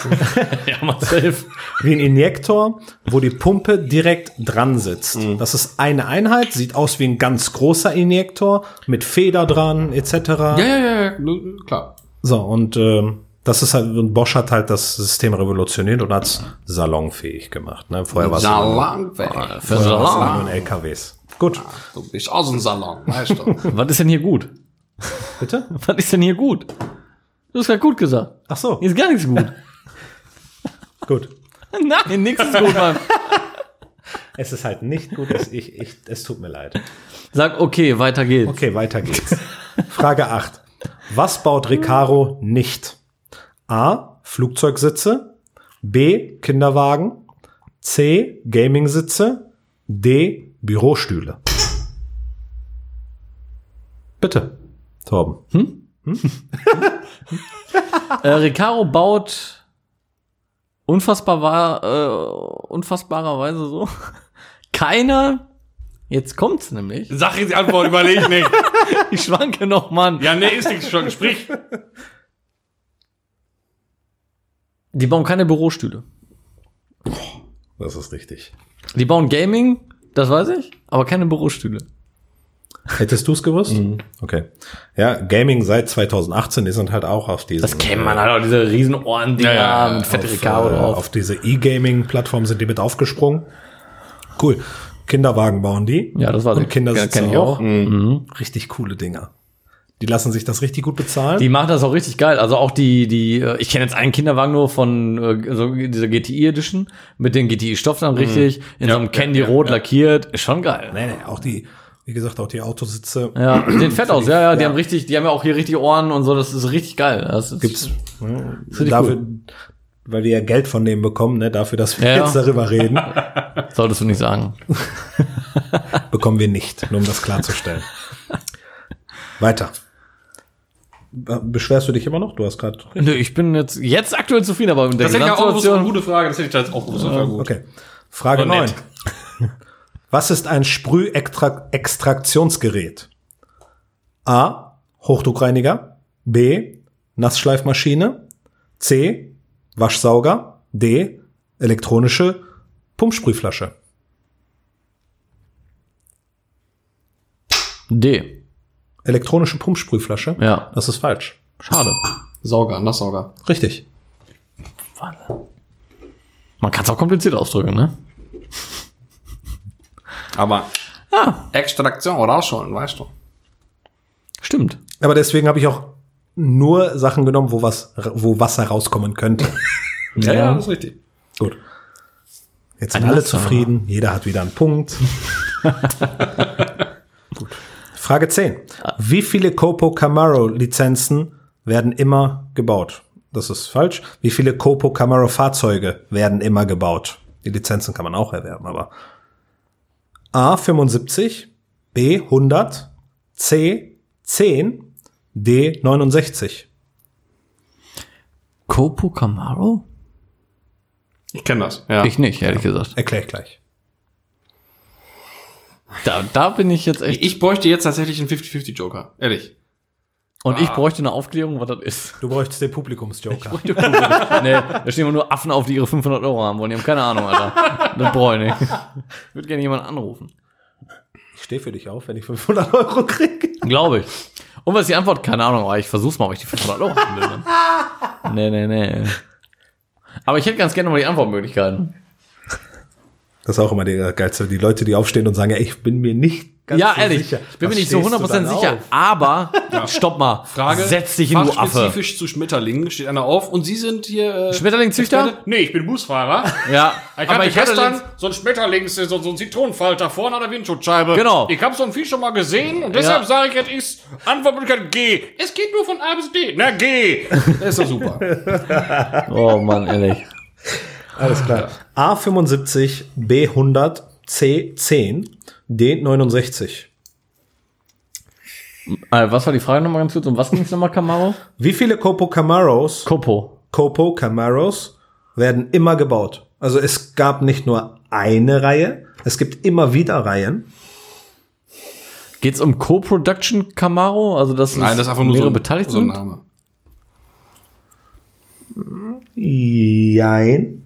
E: Ja, mal safe.
D: wie ein Injektor, wo die Pumpe direkt dran sitzt. Das ist eine Einheit, sieht aus wie ein ganz großer Injektor mit Feder dran etc.
B: ja, ja, ja, ja, nu- klar.
D: So und ähm, das ist halt und Bosch hat halt das System revolutioniert und hat's salonfähig gemacht. Ne? Vorher war es nur
B: Salon,
C: Ah,
B: ey.
E: Für so lang.
D: in LKWs. Gut,
B: Du bist aus dem Salon, weißt du.
E: Was ist denn hier gut?
D: bitte.
E: Was ist denn hier gut? Du hast gerade gut gesagt.
D: Ach so.
E: Hier ist gar nichts gut.
D: Gut.
E: Nein, nix ist gut, Mann.
D: Es ist halt nicht gut, dass ich, ich, es tut mir leid.
E: Sag okay, weiter geht's.
D: Okay, weiter geht's. Frage 8. Was baut Recaro nicht? A. Flugzeugsitze. B. Kinderwagen. C. Gaming-Sitze. D. Bürostühle. Bitte, Torben.
E: Äh, Recaro baut unfassbar war, äh, unfassbarerweise so keine. Jetzt kommt's nämlich.
C: Sag jetzt die Antwort, überleg nicht.
E: Ich schwanke noch, Mann.
C: Ja, nee, ist nichts schon. Sprich.
E: Die bauen keine Bürostühle.
D: Das ist richtig.
E: Die bauen Gaming, das weiß ich, aber keine Bürostühle.
D: Hättest du es gewusst? Okay. Ja, Gaming seit 2018, die sind halt auch auf diesen.
E: Das kennt man halt auch, diese riesen Ohrendinger
B: Ja, ja,
E: mit fette
D: auf,
E: Recaro
D: äh,
E: drauf.
D: auf diese E-Gaming-Plattform sind die mit aufgesprungen. Cool. Kinderwagen bauen die.
E: Ja, das war
D: Und Kindersitze
E: kenn ich auch. Mhm.
D: Mhm. Richtig coole Dinger. Die lassen sich das richtig gut bezahlen.
E: Die machen das auch richtig geil. Also auch die, die, äh, ich kenne jetzt einen Kinderwagen nur von äh, so dieser GTI Edition mit den GTI-Stoffen richtig, in so einem Candy Rot lackiert. Ist schon geil.
D: nee, nee, auch die, wie gesagt, auch die Autositze.
E: Ja, den fett aus, ja, ja, die
D: Ja.
E: haben richtig, die haben ja auch hier richtig Ohren und so, das ist richtig geil. Das ist,
D: Gibt's. ne?
E: richtig
D: Dafür, weil wir ja Geld von dem bekommen, ne, dafür, dass wir
E: Ja, ja.
D: jetzt darüber reden,
E: solltest du nicht sagen.
D: bekommen wir nicht, nur um das klarzustellen. Weiter. Be- Beschwerst du dich immer noch? Du hast gerade.
E: Nö, ich bin jetzt, jetzt aktuell zufrieden, aber in der
C: Das hätte ich auch gewusst, eine
E: Gesamtsituation.
C: gute Frage. Das hätte ich da jetzt auch gewusst. Das war gut.
D: Okay. Frage
C: War nett.
D: 9. Was ist ein Sprühextraktionsgerät? A. Hochdruckreiniger. B. Nassschleifmaschine. C. Waschsauger. D. Elektronische Pumpsprühflasche.
E: D.
D: Elektronische Pumpsprühflasche?
E: Ja.
D: Das ist falsch.
E: Schade.
B: Sauger, Nasssauger.
D: Richtig.
E: Man kann es auch kompliziert ausdrücken, ne?
B: Aber Ah. Extraktion rausholen, weißt du.
E: Stimmt.
D: Aber deswegen habe ich auch nur Sachen genommen, wo, was, wo Wasser rauskommen könnte.
B: Ja, ja, das ist richtig.
D: Gut. Jetzt
E: Ein
D: sind alle
E: Muster.
D: zufrieden. Jeder hat wieder einen Punkt. Gut. Frage 10. Wie viele Copo Camaro Lizenzen werden immer gebaut? Das ist falsch. Wie viele Copo Camaro Fahrzeuge werden immer gebaut? Die Lizenzen kann man auch erwerben, aber A 75, B 100, C 10, D 69.
E: Copo Camaro?
B: Ich kenne das. Ja.
E: Ich nicht, ehrlich gesagt.
D: Erkläre ich gleich.
E: Da, da bin ich jetzt echt.
B: ich bräuchte jetzt tatsächlich einen 50-50 Joker. Ehrlich.
E: Und ich bräuchte eine Aufklärung, was das ist.
D: Du bräuchtest den Publikumsjoker.
E: nee, da stehen immer nur Affen auf, die ihre 500 Euro haben wollen. Die haben keine Ahnung, Alter. Das brauche ich nicht. Ich würde gerne jemanden anrufen.
D: Ich stehe für dich auf, wenn ich 500 Euro kriege.
E: Glaube ich. Und was ist die Antwort? Keine Ahnung, aber ich versuch's mal, ob ich die 500 Euro haben will. dann. Nee, nee, nee. Aber ich hätte ganz gerne mal die Antwortmöglichkeiten.
D: Das ist auch immer der geilste, die Leute, die aufstehen und sagen, ja, ich bin mir nicht ganz
E: ja,
D: so
E: ehrlich.
D: sicher.
E: Bin mir
D: Was
E: nicht so
D: stehst du
E: 100%
D: dann
E: sicher.
D: auf?
E: Aber, stopp mal.
B: Frage.
E: Setz dich hin, du Affe.
B: Spezifisch zu Schmetterlingen steht einer auf und Sie sind hier. Äh,
E: Schmetterlingzüchter?
C: Nee, ich bin Busfahrer.
E: Ja.
C: Ich aber ich
E: hatte
C: gestern
E: letzt-
C: so ein Schmetterlings, so, so ein Zitronenfalter vorne an der Windschutzscheibe.
E: Genau.
C: Ich habe so ein Vieh schon mal gesehen und deshalb
E: Ja.
C: sage ich jetzt, ist Antwortmöglichkeit G. Es geht nur von A bis D. Na, G.
B: das ist doch super.
E: Oh Mann, ehrlich.
D: Alles klar. A75, B100, C10, D69.
E: Äh, was war die Frage nochmal ganz kurz? Um was ging's nochmal, Camaro?
D: Wie viele Copo Camaros,
E: Kopo.
D: Copo Camaros werden immer gebaut? Also es gab nicht nur eine Reihe, es gibt immer wieder Reihen.
E: Geht's um Co-Production Camaro? Also das
B: Nein, das ist einfach nur so
E: mehrere
B: ein,
E: beteiligt
B: so ein
E: sind?
B: Name.
D: Jein.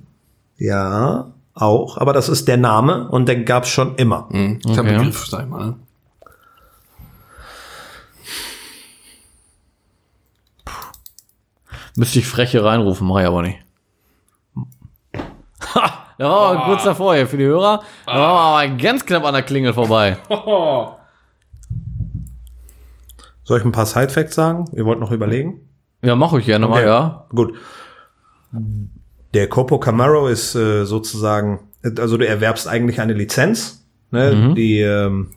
D: Ja, auch. Aber das ist der Name und den gab's schon immer.
B: Mhm. Ich habe
E: Okay.
B: Begriff, sag ich mal. Ne?
E: Müsste ich freche reinrufen, mach ich aber nicht. Ha! Da war wir kurz davor hier für die Hörer. Da waren wir aber ganz knapp an der Klingel vorbei.
D: Soll ich ein paar Sidefacts sagen? Ihr wollt noch überlegen?
E: Ja, mach ich gerne mal, ja.
D: Gut. Der Copo Camaro ist äh, sozusagen, also du erwerbst eigentlich eine Lizenz. Ne? Die, ähm,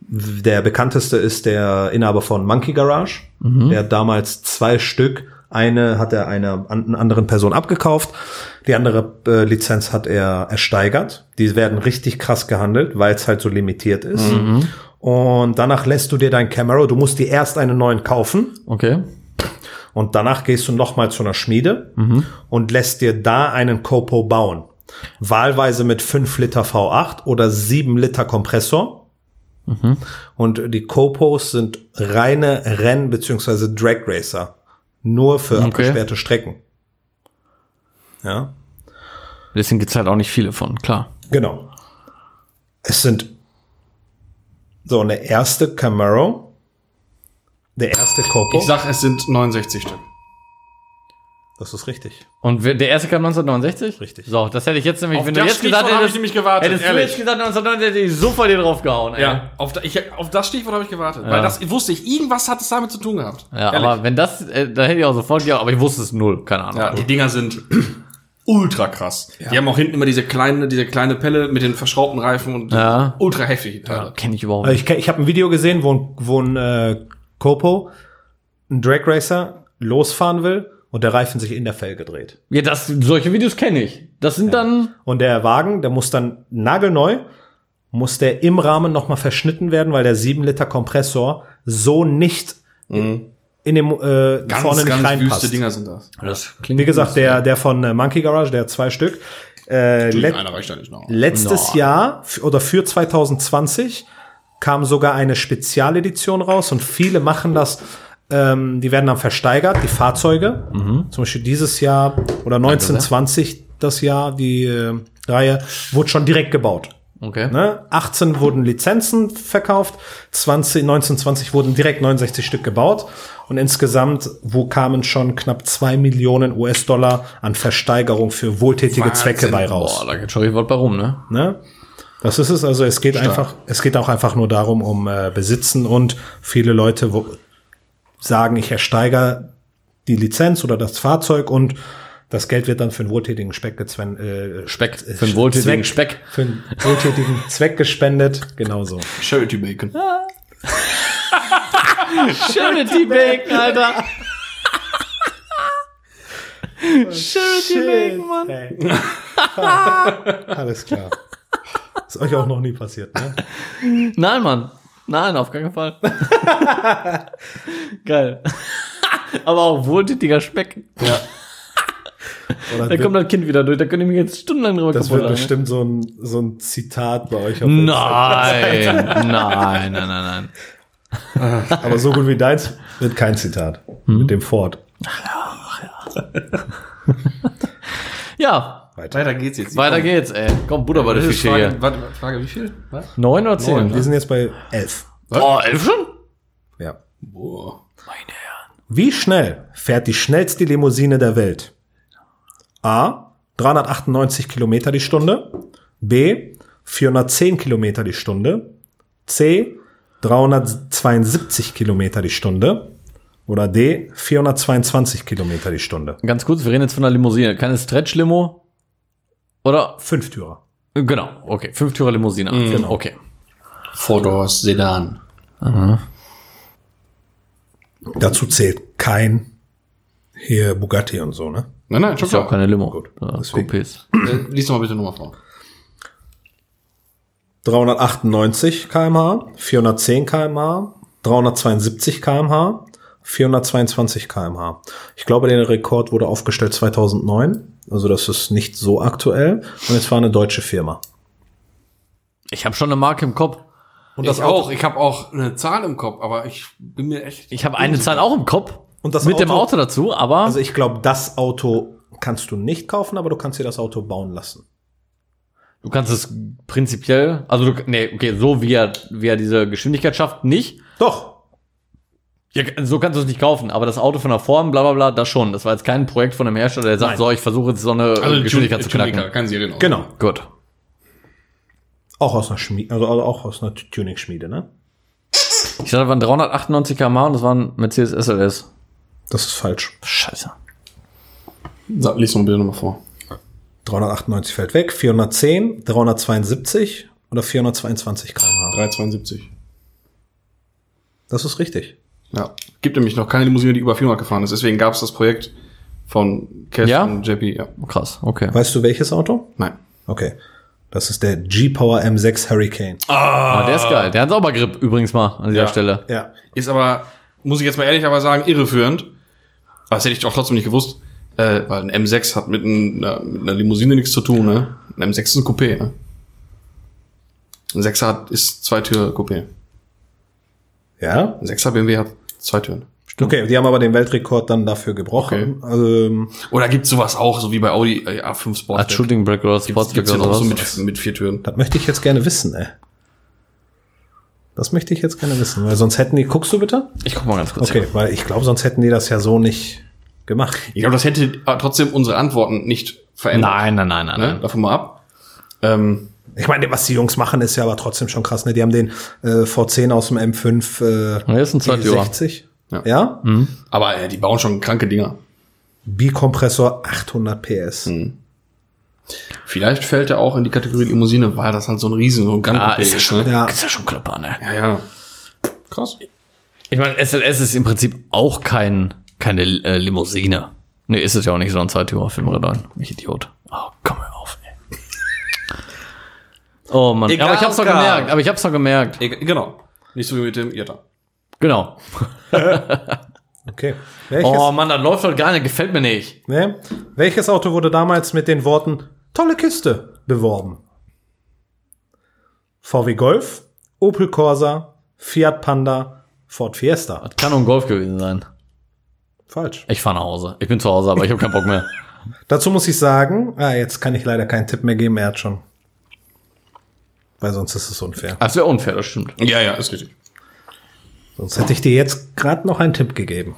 D: der bekannteste ist der Inhaber von Monkey Garage. Der hat damals zwei Stück. Eine hat er einer an, anderen Person abgekauft. Die andere äh, Lizenz hat er ersteigert. Die werden richtig krass gehandelt, weil es halt so limitiert ist. Und danach lässt du dir dein Camaro. Du musst dir erst einen neuen kaufen.
E: Okay.
D: Und danach gehst du nochmal zu einer Schmiede und lässt dir da einen Copo bauen. Wahlweise mit 5 Liter V8 oder 7 Liter Kompressor. Und die Copos sind reine Renn- bzw. Drag Racer. Nur für abgesperrte Strecken. Ja,
E: Deswegen gibt's halt auch nicht viele von, klar.
D: genau. Es sind so eine erste Camaro, der erste Copo.
B: Ich sag, es sind 69 Stück.
D: das ist richtig.
E: Und wer- der erste kam 1969?
D: Richtig.
E: So, das hätte ich jetzt nämlich,
B: Auf
E: wenn du
B: das
E: jetzt gesagt
B: Stichwort hab
E: hättest,
B: ich nämlich gewartet,
E: hättest du
B: ehrlich.
E: jetzt gesagt 1969, hätte ich sofort dir draufgehauen, ey.
B: Ja, auf, da, ich, auf das Stichwort habe ich gewartet.
E: Ja.
B: Weil das wusste ich, irgendwas hat es damit zu tun gehabt.
E: Ja,
B: Ehrlich.
E: aber wenn das, äh, da hätte ich auch sofort, ja, aber ich wusste es null, keine Ahnung.
B: Ja, die Dinger sind ultra krass. Die haben auch hinten immer diese kleine, diese kleine Pelle mit den verschraubten Reifen und
E: Ja.
B: ultra heftige Teile.
E: Kenne ich überhaupt
D: Also
E: nicht.
D: ich ke- ich habe ein Video gesehen, wo ein, wo ein äh, Kopo, ein Drag Racer, losfahren will und der Reifen sich in der Felge dreht.
E: Ja, das, solche Videos kenne ich. Das sind dann,
D: Und der Wagen, der muss dann nagelneu, muss der im Rahmen nochmal verschnitten werden, weil der 7 Liter Kompressor so nicht in dem äh, vorne nicht reinpasst.
B: Dinger sind das.
E: das
D: Wie gesagt, der, der von äh, Monkey Garage, der hat zwei Stück. Äh, let-
B: Einer reicht da nicht noch.
D: Letztes Jahr f- oder für 2020 kam sogar eine Spezialedition raus und viele machen das. Ähm, die werden dann versteigert, die Fahrzeuge. Zum Beispiel dieses Jahr oder 1920 das Jahr, die äh, Reihe, wurde schon direkt gebaut.
E: okay.
D: Ne? 18 wurden Lizenzen verkauft, 20, 1920 wurden direkt 69 Stück gebaut und insgesamt wo kamen schon knapp 2 Millionen US-Dollar an Versteigerung für wohltätige Zwecke bei raus.
E: Boah, da geht schon richtig was bei rum, ne?
D: Ne? Das ist es. Also es geht einfach, es geht auch einfach nur darum, um äh, Besitzen und viele Leute wo, sagen, ich ersteigere die Lizenz oder das Fahrzeug und das Geld wird dann für einen wohltätigen Speck gezwen, äh,
E: Speck, für einen wohltätigen
D: Zweck-
E: Speck.
D: Für einen wohltätigen Zweck gespendet. Genau Genauso.
B: Charity Bacon.
E: Charity Bacon, Alter. Oh, Charity Bacon, Mann.
D: Hey. Alles klar. Ist euch auch noch nie passiert, ne?
E: Nein, Mann. Nein, auf keinen Fall. Geil. Aber auch wohltätiger Speck.
D: Oder
E: Da kommt das Kind wieder durch. Da könnte ich mich jetzt stundenlang drüber
D: das wird
E: kaputt lachen.
D: bestimmt so ein, so ein Zitat bei euch auf
E: Nein, nein, nein, nein, nein.
D: Aber so gut wie deins wird kein Zitat. Mit dem Ford.
E: Ja,
B: Weiter geht's jetzt.
E: weiter geht's, ey. Komm, Buddha bei der
B: Das ist
E: Fische
B: Frage,
E: hier.
B: warte, Frage, wie viel? Was?
E: Neun oder zehn?
D: Wir sind jetzt bei elf.
E: Oh, elf schon?
D: Ja.
B: Boah.
D: Wie schnell fährt die schnellste Limousine der Welt? A. 398 Kilometer die Stunde. B. 410 Kilometer die Stunde. C. 372 Kilometer die Stunde. Oder D. 422 Kilometer die Stunde.
E: Ganz kurz, wir reden jetzt von einer Limousine. Keine Stretch-Limo? Oder?
D: Fünftürer.
E: Genau, okay. Fünftürer Limousine. Genau. Okay.
B: Four Doors Sedan.
D: Dazu zählt kein hier Bugatti und so, ne?
B: Nein, nein, schon
E: Ist ja auch
B: klar.
E: keine Limo. Ja,
D: deswegen.
E: Coupés.
B: Äh, Lies noch mal bitte nochmal vor.
D: 398 km/h, 410 km/h, 372 km/h, 422 km/h. Ich glaube, der Rekord wurde aufgestellt 2009. Also das ist nicht so aktuell. Und es war eine deutsche Firma.
E: Ich habe schon eine Marke im Kopf.
B: Und
D: das
B: ich
D: Auto-
B: auch. Ich habe auch eine Zahl im Kopf, aber ich bin mir echt.
E: Ich habe eine Zahl auch im Kopf.
D: Und das
E: mit dem
D: Auto-
E: Auto dazu, aber
D: Also ich glaube, das Auto kannst du nicht kaufen, aber du kannst dir das Auto bauen lassen.
E: du kannst es prinzipiell, also du, nee, okay, so wie er, wie er diese Geschwindigkeit schafft, nicht.
D: Doch.
E: Ja, so kannst du es nicht kaufen, aber das Auto von der Form, bla bla bla, das schon. Das war jetzt kein Projekt von einem Hersteller, der sagt,
D: Nein.
E: so, ich versuche jetzt so eine äh, Geschwindigkeit zu knacken.
B: Also, Kann sie reden.
D: Genau.
E: Gut.
D: Auch aus einer Schmiede, also auch aus einer Tuning-Schmiede, ne?
E: Ich dachte, das waren 398 km/h und das war ein Mercedes SLS.
D: Das ist falsch.
E: Scheiße.
B: Sag, lies mal bitte nochmal vor.
D: 398 fällt weg, 410, 372 oder 422 km/h.
B: 372.
D: Das ist richtig.
B: Ja. Gibt nämlich noch keine Limousine, die über 400 gefahren ist. Deswegen gab es das Projekt von Cash
E: Ja?
B: und JP. Ja.
E: Oh, Krass, okay.
D: Weißt du welches Auto?
B: Nein.
D: Okay. Das ist der G-Power M6 Hurricane.
E: Ah, der ist geil. Der hat sauber Grip, übrigens mal an dieser
B: Ja.
E: Stelle.
D: Ja.
B: Ist aber, muss ich jetzt mal ehrlich aber sagen, irreführend. Aber das hätte ich auch trotzdem nicht gewusst. Äh, weil ein M6 hat mit einer, mit einer Limousine nichts zu tun, ne? Ein M6 ist ein Coupé, ne? Ein 6er hat, ist Zweitür-Coupé.
D: Ja?
B: Ein 6er BMW hat zwei Türen.
D: Okay, die haben aber den Weltrekord dann dafür gebrochen. Also, ähm,
B: Oder gibt's sowas auch, so wie bei Audi äh, A5
E: Hat
B: Sportback?
E: Shooting Break oder
B: Gibt's,
E: Sportback
B: gibt's den
E: oder
B: auch so
E: was?
B: mit, mit vier Türen?
D: das möchte ich jetzt gerne wissen, ey. Das möchte ich jetzt gerne wissen, weil sonst hätten die, guckst du bitte?
E: Ich guck mal ganz kurz.
D: Okay, weil ich glaube, sonst hätten die das ja so nicht gemacht.
B: Ich glaube, das hätte äh, trotzdem unsere Antworten nicht verändert.
E: Nein, nein, nein, nein.
B: Ne?
E: nein.
B: Davon mal ab. Ähm,
D: Ich meine, was die Jungs machen, ist ja aber trotzdem schon krass. Ne? Die haben den äh, V10 aus dem M5 äh,
E: Ja, ist ein Mhm. Zweitürer.
D: E60. Ja.
B: Ja. aber äh, die bauen schon kranke Dinger.
D: Bikompressor 800 PS.
E: Mhm.
B: Vielleicht fällt er auch in die Kategorie Limousine, weil das halt so ein Riesen, so ein Gun
E: Ah, ist ja schon,
D: Ja.
E: ist ja schon Klopper, ne?
B: Ja, ja. Krass.
E: Ich meine, SLS ist im Prinzip auch kein, keine äh, Limousine. Nee, ist es ja auch nicht, sondern Zweitürer 509. Ich Idiot. Oh, komm hör auf, ey. Oh Mann.
B: Egal,
E: aber ich hab's doch
B: Karl.
E: gemerkt, aber ich hab's doch gemerkt.
B: E genau. Nicht so wie mit dem Jetta.
E: Genau.
D: Okay. Welches,
E: Oh Mann, das läuft doch gar nicht, gefällt mir nicht.
D: ne? Welches Auto wurde damals mit den Worten tolle Kiste beworben? VW Golf, Opel Corsa, Fiat Panda, Ford Fiesta.
E: Das kann nur ein Golf gewesen sein.
D: Falsch.
E: Ich fahr nach Hause. Ich bin zu Hause, aber ich habe keinen Bock mehr.
D: Dazu muss ich sagen, ah, jetzt kann ich leider keinen Tipp mehr geben, er hat schon. Weil sonst ist es unfair.
E: Das wäre unfair, das stimmt.
B: Ja, ja, ist richtig.
D: Sonst hätte ich dir jetzt gerade noch einen Tipp gegeben.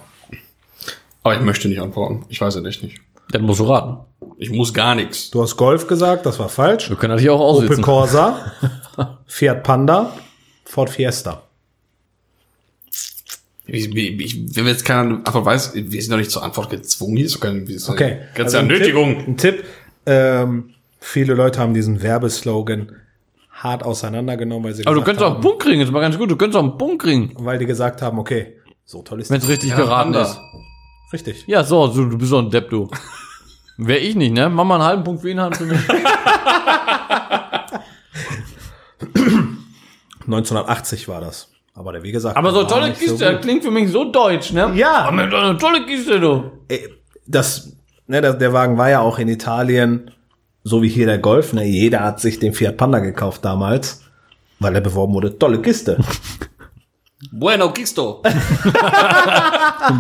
B: Aber ich möchte nicht antworten. Ich weiß es echt nicht.
E: Dann musst du raten.
B: Ich muss gar nichts.
D: Du hast Golf gesagt, das war falsch.
E: Wir können natürlich auch
D: Opel
E: aussitzen.
D: Corsa, Fiat Panda, Ford Fiesta.
B: Ich, ich, ich, wenn jetzt keiner Antwort weiß, wir sind doch nicht zur Antwort gezwungen. Hier ist doch keine,
D: Okay. also
B: Ganz
D: ein
B: Nötigung.
D: Tipp, ein Tipp. Ähm, viele Leute haben diesen Werbeslogan hart auseinandergenommen, weil sie
E: Aber du
D: gesagt
E: könntest auch
D: haben,
E: einen Punkt kriegen, ist mal ganz gut. Du könntest auch einen Punkt kriegen,
D: weil die gesagt haben, okay, so toll ist
E: wenn es
D: das.
E: richtig geraten
B: Panda.
E: ist.
D: Richtig.
E: Ja, so, so, du bist so ein Depp, du. Wär ich nicht, ne? Mach mal einen halben Punkt für ihn, halben für mich.
D: 1980 war das. Aber der, wie gesagt,
E: Aber so
D: war
E: tolle
D: nicht
E: Kiste, das
D: gut.
E: klingt für mich so deutsch, ne?
D: Ja.
E: Aber mit einer tolle Kiste, du.
D: Ey, das, ne, der, der Wagen war ja auch in Italien, so wie hier der Golf, ne, jeder hat sich den Fiat Panda gekauft damals, weil er beworben wurde, tolle Kiste.
B: Bueno, Kisto.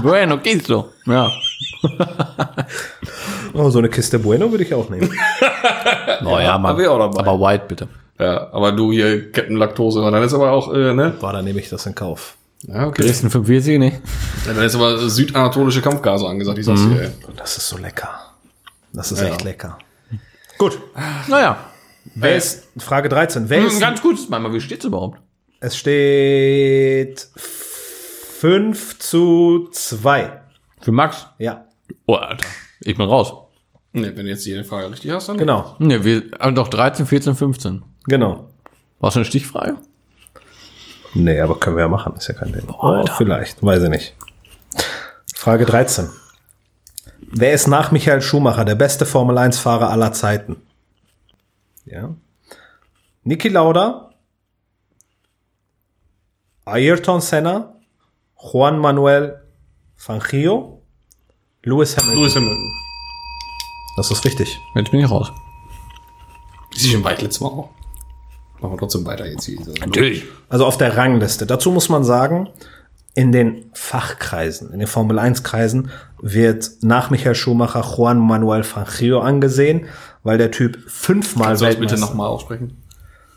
E: Bueno, Kiste. Ja.
D: Oh, so eine Kiste Bueno würde ich auch nehmen.
E: Oh ja, Mann.
B: hab ich auch dabei.
E: Aber white, bitte.
B: Ja, aber du hier, Captain Laktose, dann ist aber auch, äh, ne?
D: Boah, dann nehme ich das in Kauf.
B: Ja, okay.
E: Dresden 45, ne?
B: Ja, dann ist aber südanatolische Kampfgase angesagt, ich sag's dir, ey.
D: Das ist so lecker. Das ist
B: Ja.
D: echt lecker. Gut,
E: Naja.
D: wer ist, Frage 13. Wer
E: Ein
D: ist,
E: Hm, ganz gutes Mal, wie steht's überhaupt?
D: es steht 5 zu 2.
E: Für Max?
D: Ja,
E: Oh, Alter. Ich bin raus.
B: Ne, wenn du jetzt jede Frage richtig hast, dann.
D: genau,
E: Ne, wir, äh, doch 13, 14, 15.
D: genau.
E: Warst du eine Stichfrage?
D: Nee, aber können wir ja machen, ist ja kein Thema. Oh, vielleicht, weiß ich nicht. Frage 13. Wer ist nach Michael Schumacher der beste Formel 1-Fahrer aller Zeiten? Ja. Niki Lauda, Ayrton Senna, Juan Manuel Fangio, Lewis Hamilton.
B: Lewis Hamilton.
D: Das ist richtig.
E: Jetzt bin ich raus.
B: Ist schon weit letztes Mal auch. Machen wir trotzdem weiter jetzt hier.
E: Natürlich.
D: Also auf der Rangliste. Dazu muss man sagen, in den Fachkreisen, in den Formel 1 Kreisen wird nach Michael Schumacher Juan Manuel Fangio angesehen, weil der Typ fünfmal
B: Soll ich bitte
D: Weltmeister-
B: nochmal aussprechen?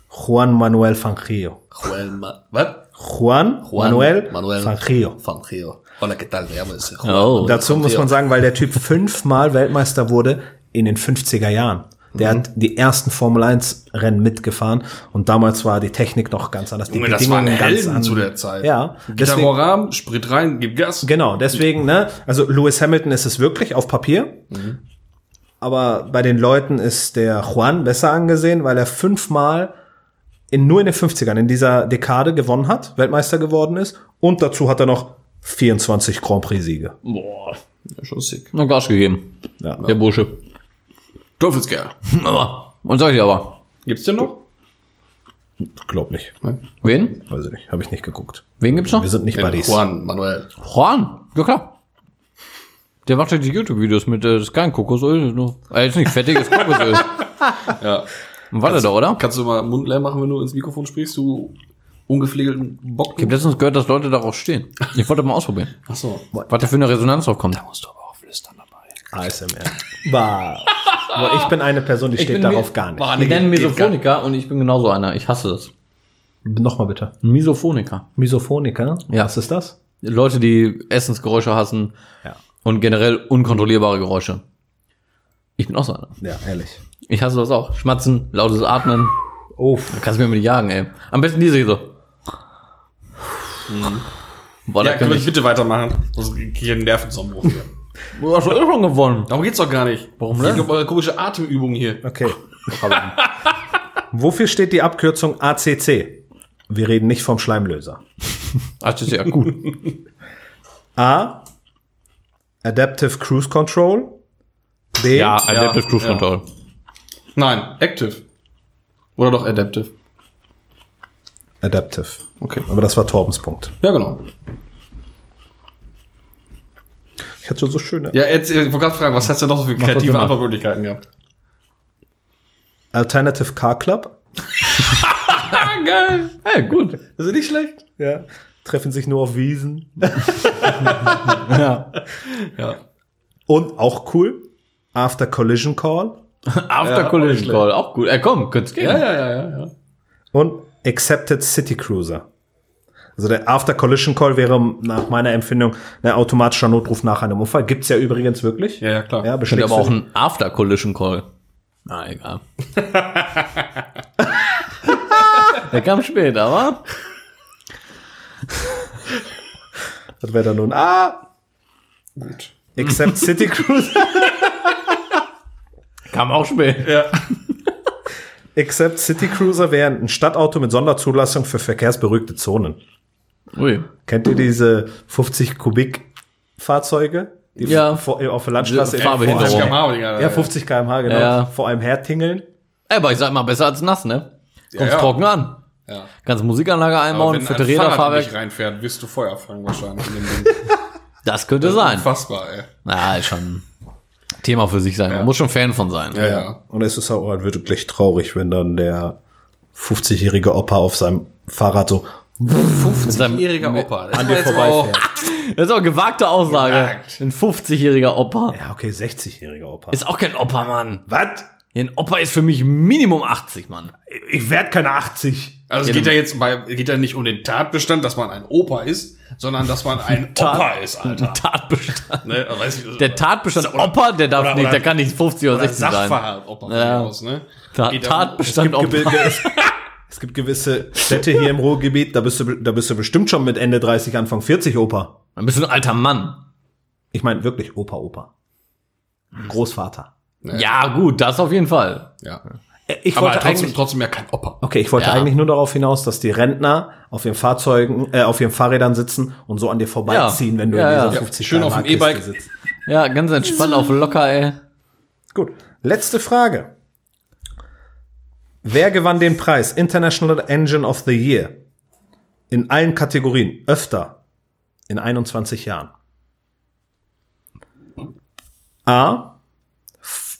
D: Juan Manuel Fangio.
B: Juan, Ma was?
D: Juan, Manuel,
B: Manuel
D: Fangio.
B: Van Gio. Hola, ¿qué tal? Me llamo ese Juan.
E: Oh.
D: Dazu muss man sagen, weil der Typ fünfmal Weltmeister wurde in den 50er Jahren.
B: Mhm.
D: Der hat die ersten Formel 1 Rennen mitgefahren und damals war die Technik noch ganz anders. Die
B: Junge, das
D: Bedingungen
B: waren
D: ganz
B: Helden
D: an-
B: zu der Zeit.
D: Ja,
B: Gitarre Rahmen, Sprit rein, gib Gas.
D: Genau, deswegen, ne, also Lewis Hamilton ist es wirklich auf Papier. aber bei den Leuten ist der Juan besser angesehen, weil er fünfmal in, nur in den 50ern, in dieser Dekade gewonnen hat, Weltmeister geworden ist und dazu hat er noch 24 Grand Prix-Siege.
E: Boah.
B: Ja, schon sick.
E: Noch Gas gegeben.
D: Ja.
E: Der Bursche.
B: Teufelskerl.
E: Aber. Und sag ich aber.
B: Gibt's den noch?
D: Glaub nicht.
E: Wen?
D: Weiß ich nicht. Habe ich nicht geguckt.
E: Wen gibt's noch?
D: Wir sind nicht
B: Den
D: Buddies.
B: Juan Manuel.
E: Juan. Ja klar. Der macht ja die YouTube-Videos mit, äh, das ist kein Kokosöl. das ist Nur, äh, jetzt nicht fettiges Kokosöl.
B: Ja.
E: War der da, oder?
B: Kannst du mal Mund leer machen, wenn du ins Mikrofon sprichst, du ungepflegelten Bock?
E: Ich habe letztens gehört, dass Leute darauf stehen. Ich wollte mal ausprobieren.
B: Ach so.
E: Was da für eine Resonanz drauf kommt.
D: ASMR. Bah. Aber ich bin eine Person, die steht darauf gar nicht.
E: Die nennen Misophoniker und ich bin genauso einer. Ich hasse das.
D: Nochmal bitte.
E: Misophoniker.
D: Misophoniker?
E: Ja.
D: Was ist das?
E: Leute, die Essensgeräusche hassen
D: Ja.
E: und generell unkontrollierbare Geräusche. Ich bin auch so einer.
D: Ja, ehrlich.
E: Ich hasse das auch. Schmatzen, lautes Atmen.
D: Uff.
E: Kannst du mir mit jagen, ey. Am besten diese hier so. Mhm. Boah,
B: Ja,
E: da kann
B: können wir
E: ich.
B: bitte weitermachen? Sonst krieg ich einen Nervenzusammenbruch hier.
E: Du hast doch eh schon gewonnen.
B: Darum geht's doch gar nicht. Warum
E: denn?
B: Ich hab eure äh, komische Atemübung hier.
D: Okay. Wofür steht die Abkürzung ACC? Wir reden nicht vom Schleimlöser.
E: Ach, Ah, das ist ja gut.
D: A. Adaptive Cruise Control. B.
E: Ja, Adaptive Cruise Control.
B: Nein, Active. Oder doch Adaptive.
D: Adaptive.
B: Okay.
D: Aber das war Torbens Punkt.
B: Ja, genau.
D: Ich hatte so schöne.
B: Ja, jetzt, äh, ich wollte gerade fragen, was hast du denn noch so für kreative
E: mal.
B: Antwortmöglichkeiten gehabt?
D: Alternative Car Club.
E: Hey, gut.
D: Ah, Das ist nicht schlecht. Ja. Treffen sich nur auf Wiesen.
B: Ja.
D: Und auch cool. After Collision Call.
E: After Collision Call, auch gut. Ey, komm, könnt's gehen.
B: Ja, ja, ja, ja, ja.
D: und Accepted City Cruiser. Also der After Collision Call wäre nach meiner Empfindung ein automatischer Notruf nach einem Unfall. Gibt's ja übrigens wirklich.
B: Ja, ja, klar.
D: Ja,
E: Könnte
D: bestimmt.
E: aber auch ein After Collision Call. Na, egal. Der kam spät, aber.
D: Das wäre dann nun Ah! Gut. Accept City Cruiser.
E: Kam auch spät.
D: Accept City Cruiser wäre ein Stadtauto mit Sonderzulassung für verkehrsberuhigte Zonen.
E: Ui.
D: Kennt ihr diese 50 Kubik Fahrzeuge? Die
E: Ja.
D: vor, auf der Landstraße
E: Diese Fahrbehinderung.
D: vor einem-
B: Kamau, Digga.
D: Ja, 50 km/h, genau.
E: Ja.
D: Vor einem hertingeln.
E: Ey, Aber ich sag mal, besser als nass, ne? Kommst
B: ja.
E: trocken an.
B: Ja.
E: Kannst Musikanlage
B: Aber
E: einbauen,
B: wenn ein
E: fette
B: Fahrrad in dich
E: Räderfahrwerk.
B: reinfährt, wirst du Feuer fangen wahrscheinlich. In dem Ding.
E: Das könnte sein.
B: Unfassbar, ey.
E: Na, ist schon Thema für sich sein. Man muss schon Fan von sein.
B: Ja, ja.
D: Und es ist auch halt wirklich traurig, wenn dann der 50-jährige Opa auf seinem Fahrrad so.
E: Mit seinem-
B: Opa. Also, Das
D: An
B: war
D: dir
B: jetzt
D: vorbeifährt.
B: auch-
E: Das ist auch eine gewagte Aussage.
B: Gewagt.
E: Ein 50-jähriger Opa.
D: Ja, okay, 60-jähriger Opa.
E: Ist auch kein Opa, Mann.
D: Was?
E: Ein Opa ist für mich Minimum 80, Mann.
D: Ich werd keine 80.
B: Also es geht ja jetzt bei, geht ja nicht um den Tatbestand, dass man ein Opa ist, sondern dass man ein Opa ist, Alter.
E: Tatbestand.
B: Ne? also Weiß ich,
E: Der Tatbestand Opa, der darf
B: oder-
E: nicht,
B: oder-
E: der kann nicht 50 oder
B: oder
E: 60 sein.
B: Sachverhalt Opa
E: Ja.
B: von mir aus, ne?
E: Ta
B: Geht darum,
E: Tatbestand
D: Es gibt,
E: Opa.
D: Gebilde- es gibt gewisse Städte hier im Ruhrgebiet, da bist, du, da bist du bestimmt schon mit Ende 30, Anfang 40 Opa.
E: Dann bist du ein alter Mann.
D: Ich meine wirklich Opa, Opa. Großvater.
E: Ja, gut, das auf jeden Fall.
B: Ja.
D: Äh, Ich
B: Aber
D: wollte
B: trotzdem,
D: eigentlich-
B: trotzdem ja kein Opa.
D: Okay, ich wollte
E: Ja.
D: eigentlich nur darauf hinaus, dass die Rentner auf ihren Fahrzeugen, äh, auf ihren Fahrrädern sitzen und so an dir vorbeiziehen, wenn du
E: Ja,
D: in
E: ja.
D: dieser
E: Ja,
D: 50
B: schön auf dem
D: km/h Kiste
B: E-Bike.
D: sitzt.
E: Ja, ganz entspannt auf locker, ey.
D: Gut, letzte Frage. Wer gewann den Preis International Engine of the Year in allen Kategorien öfter in 21 Jahren? A.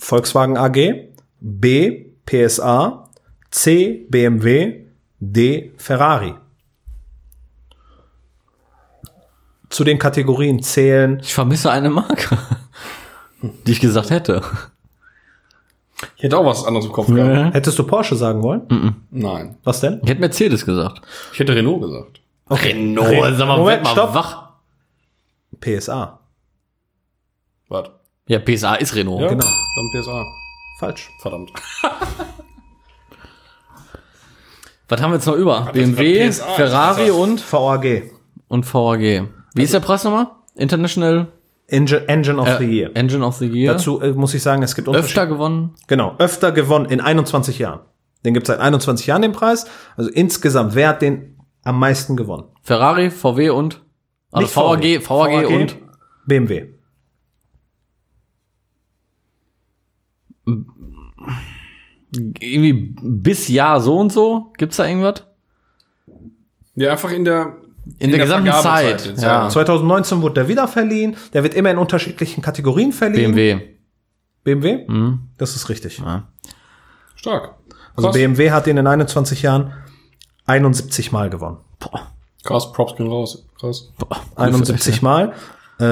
D: Volkswagen AG, B. PSA, C. BMW, D. Ferrari. Zu den Kategorien zählen.
E: Ich vermisse eine Marke, die ich gesagt hätte.
B: Ich hätte auch was anderes im Kopf gehabt.
D: Hättest du Porsche sagen wollen?
B: Nein.
D: Was denn?
E: Ich hätte Mercedes gesagt.
B: Ich hätte Renault gesagt.
E: Renault,
B: Also
D: Re-
E: sag mal,
D: Moment,
E: werd mal
D: stopp.
E: wach.
D: PSA.
B: Warte.
E: Ja, PSA ist Renault.
D: Genau.
B: Dann PSA.
D: Falsch.
B: Verdammt.
E: Was haben wir jetzt noch über?
B: das
E: BMW,
B: war PSA,
E: Ferrari
B: das war-
E: und,
D: VAG.
E: und VAG. Wie ist der Preis nochmal? International Äh,
D: Engine, Engine Also of the Year.
E: Engine of the Year.
D: Dazu äh, muss ich sagen, es gibt
E: Öfter gewonnen.
D: Genau, öfter gewonnen in 21 Jahren. Den gibt's seit 21 Jahren den Preis. Also insgesamt, wer hat den am meisten gewonnen?
E: Ferrari, VW und also
D: Nicht
E: VAG, VAG, und
D: BMW.
E: irgendwie bis Jahr so und so. Gibt's da irgendwas?
B: Ja, einfach in der,
E: In, der, gesamten
B: Vergabezeit
E: Zeit.
B: jetzt,
E: ja.
D: 2019 wurde der wieder verliehen. Der wird immer in unterschiedlichen Kategorien verliehen.
E: BMW.
D: BMW?
E: Mhm.
D: Das ist richtig.
E: Ah.
B: stark.
D: Also
B: Krass.
D: BMW hat den in 21 Jahren 71 Mal gewonnen.
B: Krass, Props gehen raus. Krass.
D: 71 Mal. Äh,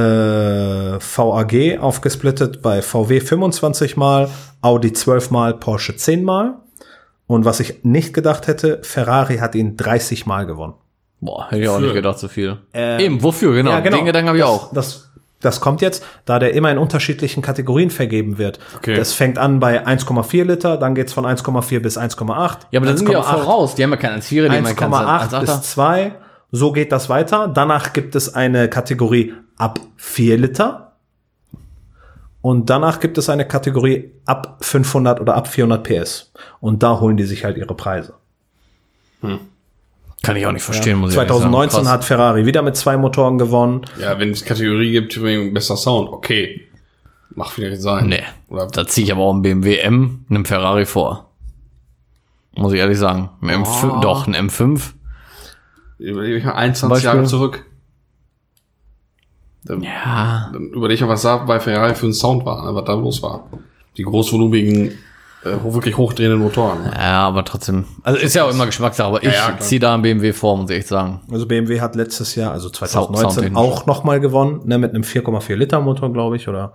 D: VAG aufgesplittet bei VW 25 Mal, Audi 12 Mal, Porsche 10 Mal. Und was ich nicht gedacht hätte, Ferrari hat ihn 30 Mal gewonnen.
E: Boah, hätte ich auch nicht gedacht, so viel. Eben, wofür, genau.
D: Ja, genau.
E: Den Gedanken habe ich
D: das,
E: auch.
D: Das, das kommt jetzt, da der immer in unterschiedlichen Kategorien vergeben wird.
B: Okay.
D: Das fängt an bei 1,4 Liter, dann geht's von 1,4 bis 1,8.
E: Ja, aber dann sind wir auch
D: 1,8,
E: voraus. Die haben ja keinen 1,4, die haben ja keinen
D: 1,8 bis 2. So geht das weiter. Danach gibt es eine Kategorie ab 4 Liter. Und danach gibt es eine Kategorie ab 500 oder ab 400 PS. Und da holen die sich halt ihre Preise.
E: Kann ich auch nicht verstehen, muss ich ehrlich sagen.
D: 2019
E: Krass.
D: hat Ferrari wieder mit zwei Motoren gewonnen.
B: Ja, wenn es Kategorie gibt, wegen besser Sound, okay. Mach vielleicht sein.
E: Nee.
B: Oder
E: Da ziehe ich aber auch einen BMW M einem Ferrari vor. Muss ich ehrlich sagen. Ein M5, Doch, ein M5.
B: überlege ich mal 21
E: Beispiel.
B: Jahre zurück. Dann,
E: Ja.
B: dann überlege ich mal, was da bei Ferrari für ein Sound war, ne, was da los war. Die großvolumigen, äh, ho- wirklich hochdrehenden Motoren. ne.
E: Ja, aber trotzdem. Also ist ja auch immer Geschmackssache, aber ich
B: ja, klar.
E: ziehe da einen BMW vor, muss ich echt sagen.
D: Also BMW hat letztes Jahr, also 2019,
E: Soundtechnisch.
D: auch nochmal gewonnen, ne, mit einem 4,4 Liter Motor, glaube ich, oder?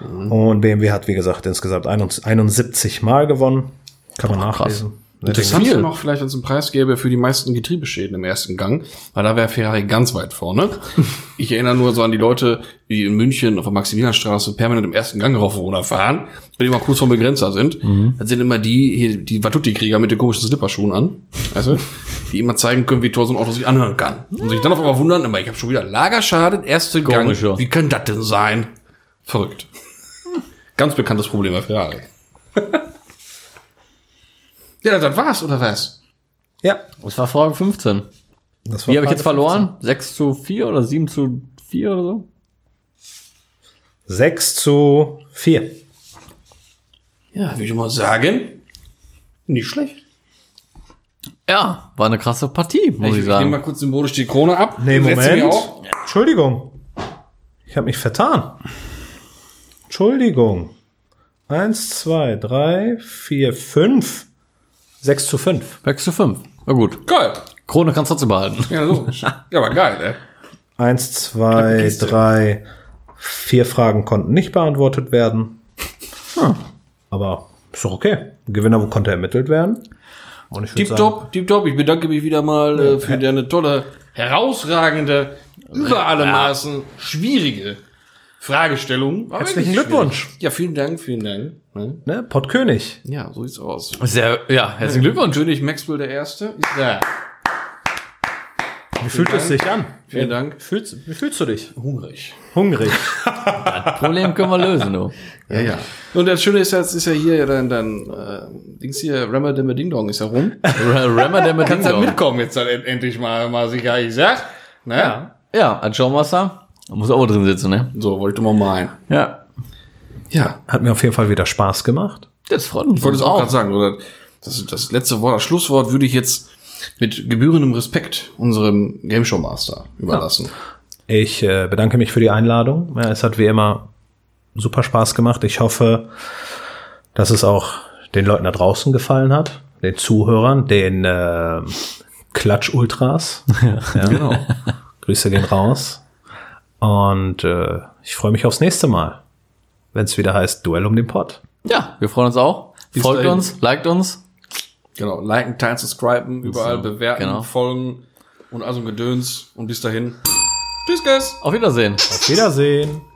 E: Mhm.
D: Und BMW hat, wie gesagt, insgesamt 71 Mal gewonnen. Kann man nachlesen.
B: Interessant wäre noch vielleicht, wenn es einen Preis gäbe für die meisten Getriebeschäden im ersten Gang, weil da wäre Ferrari ganz weit vorne. Ich erinnere nur so an die Leute, die in München auf der Maximilianstraße permanent im ersten Gang rauf oder fahren, wenn die mal kurz vom Begrenzer sind. Das sind immer die, hier, die Vatutti-Krieger mit den komischen Slipperschuhen an, weißt du, die immer zeigen können, wie toll so ein Auto sich anhören kann. Und sich dann auf einmal wundern, aber ich habe schon wieder Lagerschaden, erste Gang.
E: Komisch, ja.
B: Wie kann das denn sein? Verrückt. Ganz bekanntes Problem bei Ferrari. ja, das war's, oder was?
D: Ja,
E: Das war Frage 15.
D: das war
E: Wie habe ich jetzt
D: Frage
E: verloren? 6 zu 4 oder 7 zu 4 oder so?
D: 6 zu 4.
B: Ja, würde ich mal sagen, nicht schlecht.
E: Ja, war eine krasse Partie, muss ich,
B: ich nehme mal
E: sagen.
B: kurz symbolisch die Krone ab.
D: Nee,
B: Setze
D: Moment.
B: mir auf.
D: Entschuldigung. Ich habe mich vertan. Entschuldigung. 1, 2, 3, 4, 5. 6 zu 5.
E: 6 zu 5. Na gut.
B: Geil.
E: Krone kannst du trotzdem behalten.
B: Ja, logisch. ja, aber geil, ey.
D: 1, 2, 3, 4 Fragen konnten nicht beantwortet werden.
E: Hm.
D: Aber ist doch okay. Ein Gewinner konnte ermittelt werden. Und ich würd
B: Deep Top, Deep Top. Ich bedanke mich wieder mal äh, für deine tolle, herausragende, über alle Maßen schwierige Fragestellung. War
D: Herzlichen
B: wirklich
D: Glückwunsch.
B: schwierig. Ja, vielen Dank, vielen Dank. Ne?
D: Ne? Pottkönig.
B: Ja, so sieht's aus.
E: Sehr, ja, herzlichen Glückwunsch.
B: König Maxwell der Erste ist da.
D: Wie fühlt es sich an?
B: Vielen Dank.
D: Fühlst, wie fühlst du dich?
B: Hungrig.
D: Hungrig.
E: Problem können wir lösen, du.
B: Ja, ja. Und das Schöne ist ja, jetzt ist ja hier dein, dein äh, Dings hier, Rammer Dimmer Ding Dong ist ja rum.
E: Rammer der mit
B: Kannst halt mitkommen jetzt dann end- endlich mal, mal sicher, ich sag. Ne? Ja.
E: Ja, als Showmaster muss auch drin sitzen, ne?
B: So, wollte man mal ein.
E: Ja.
B: Ja,
D: Hat mir auf jeden Fall wieder Spaß gemacht.
E: Das freut uns.
B: ich wollte es auch gerade sagen, oder? Das, das letzte Wort, das Schlusswort würde ich jetzt mit gebührendem Respekt unserem Game Show Master überlassen.
D: Ich äh, bedanke mich für die Einladung. Ja, es hat wie immer super Spaß gemacht. Ich hoffe, dass es auch den Leuten da draußen gefallen hat, den Zuhörern, den äh, Klatsch-Ultras. Ja. Genau. Grüße gehen raus. Und äh, ich freue mich aufs nächste Mal, wenn es wieder heißt Duell um den Pott.
E: Ja, wir freuen uns auch. Folgt
B: dahin.
E: uns, liked uns.
B: Genau, liken, teilen, subscriben, überall
E: So,
B: bewerten,
E: genau.
B: folgen und also Gedöns und bis dahin. Tschüss, guys!
E: Auf Wiedersehen.
D: Auf Wiedersehen.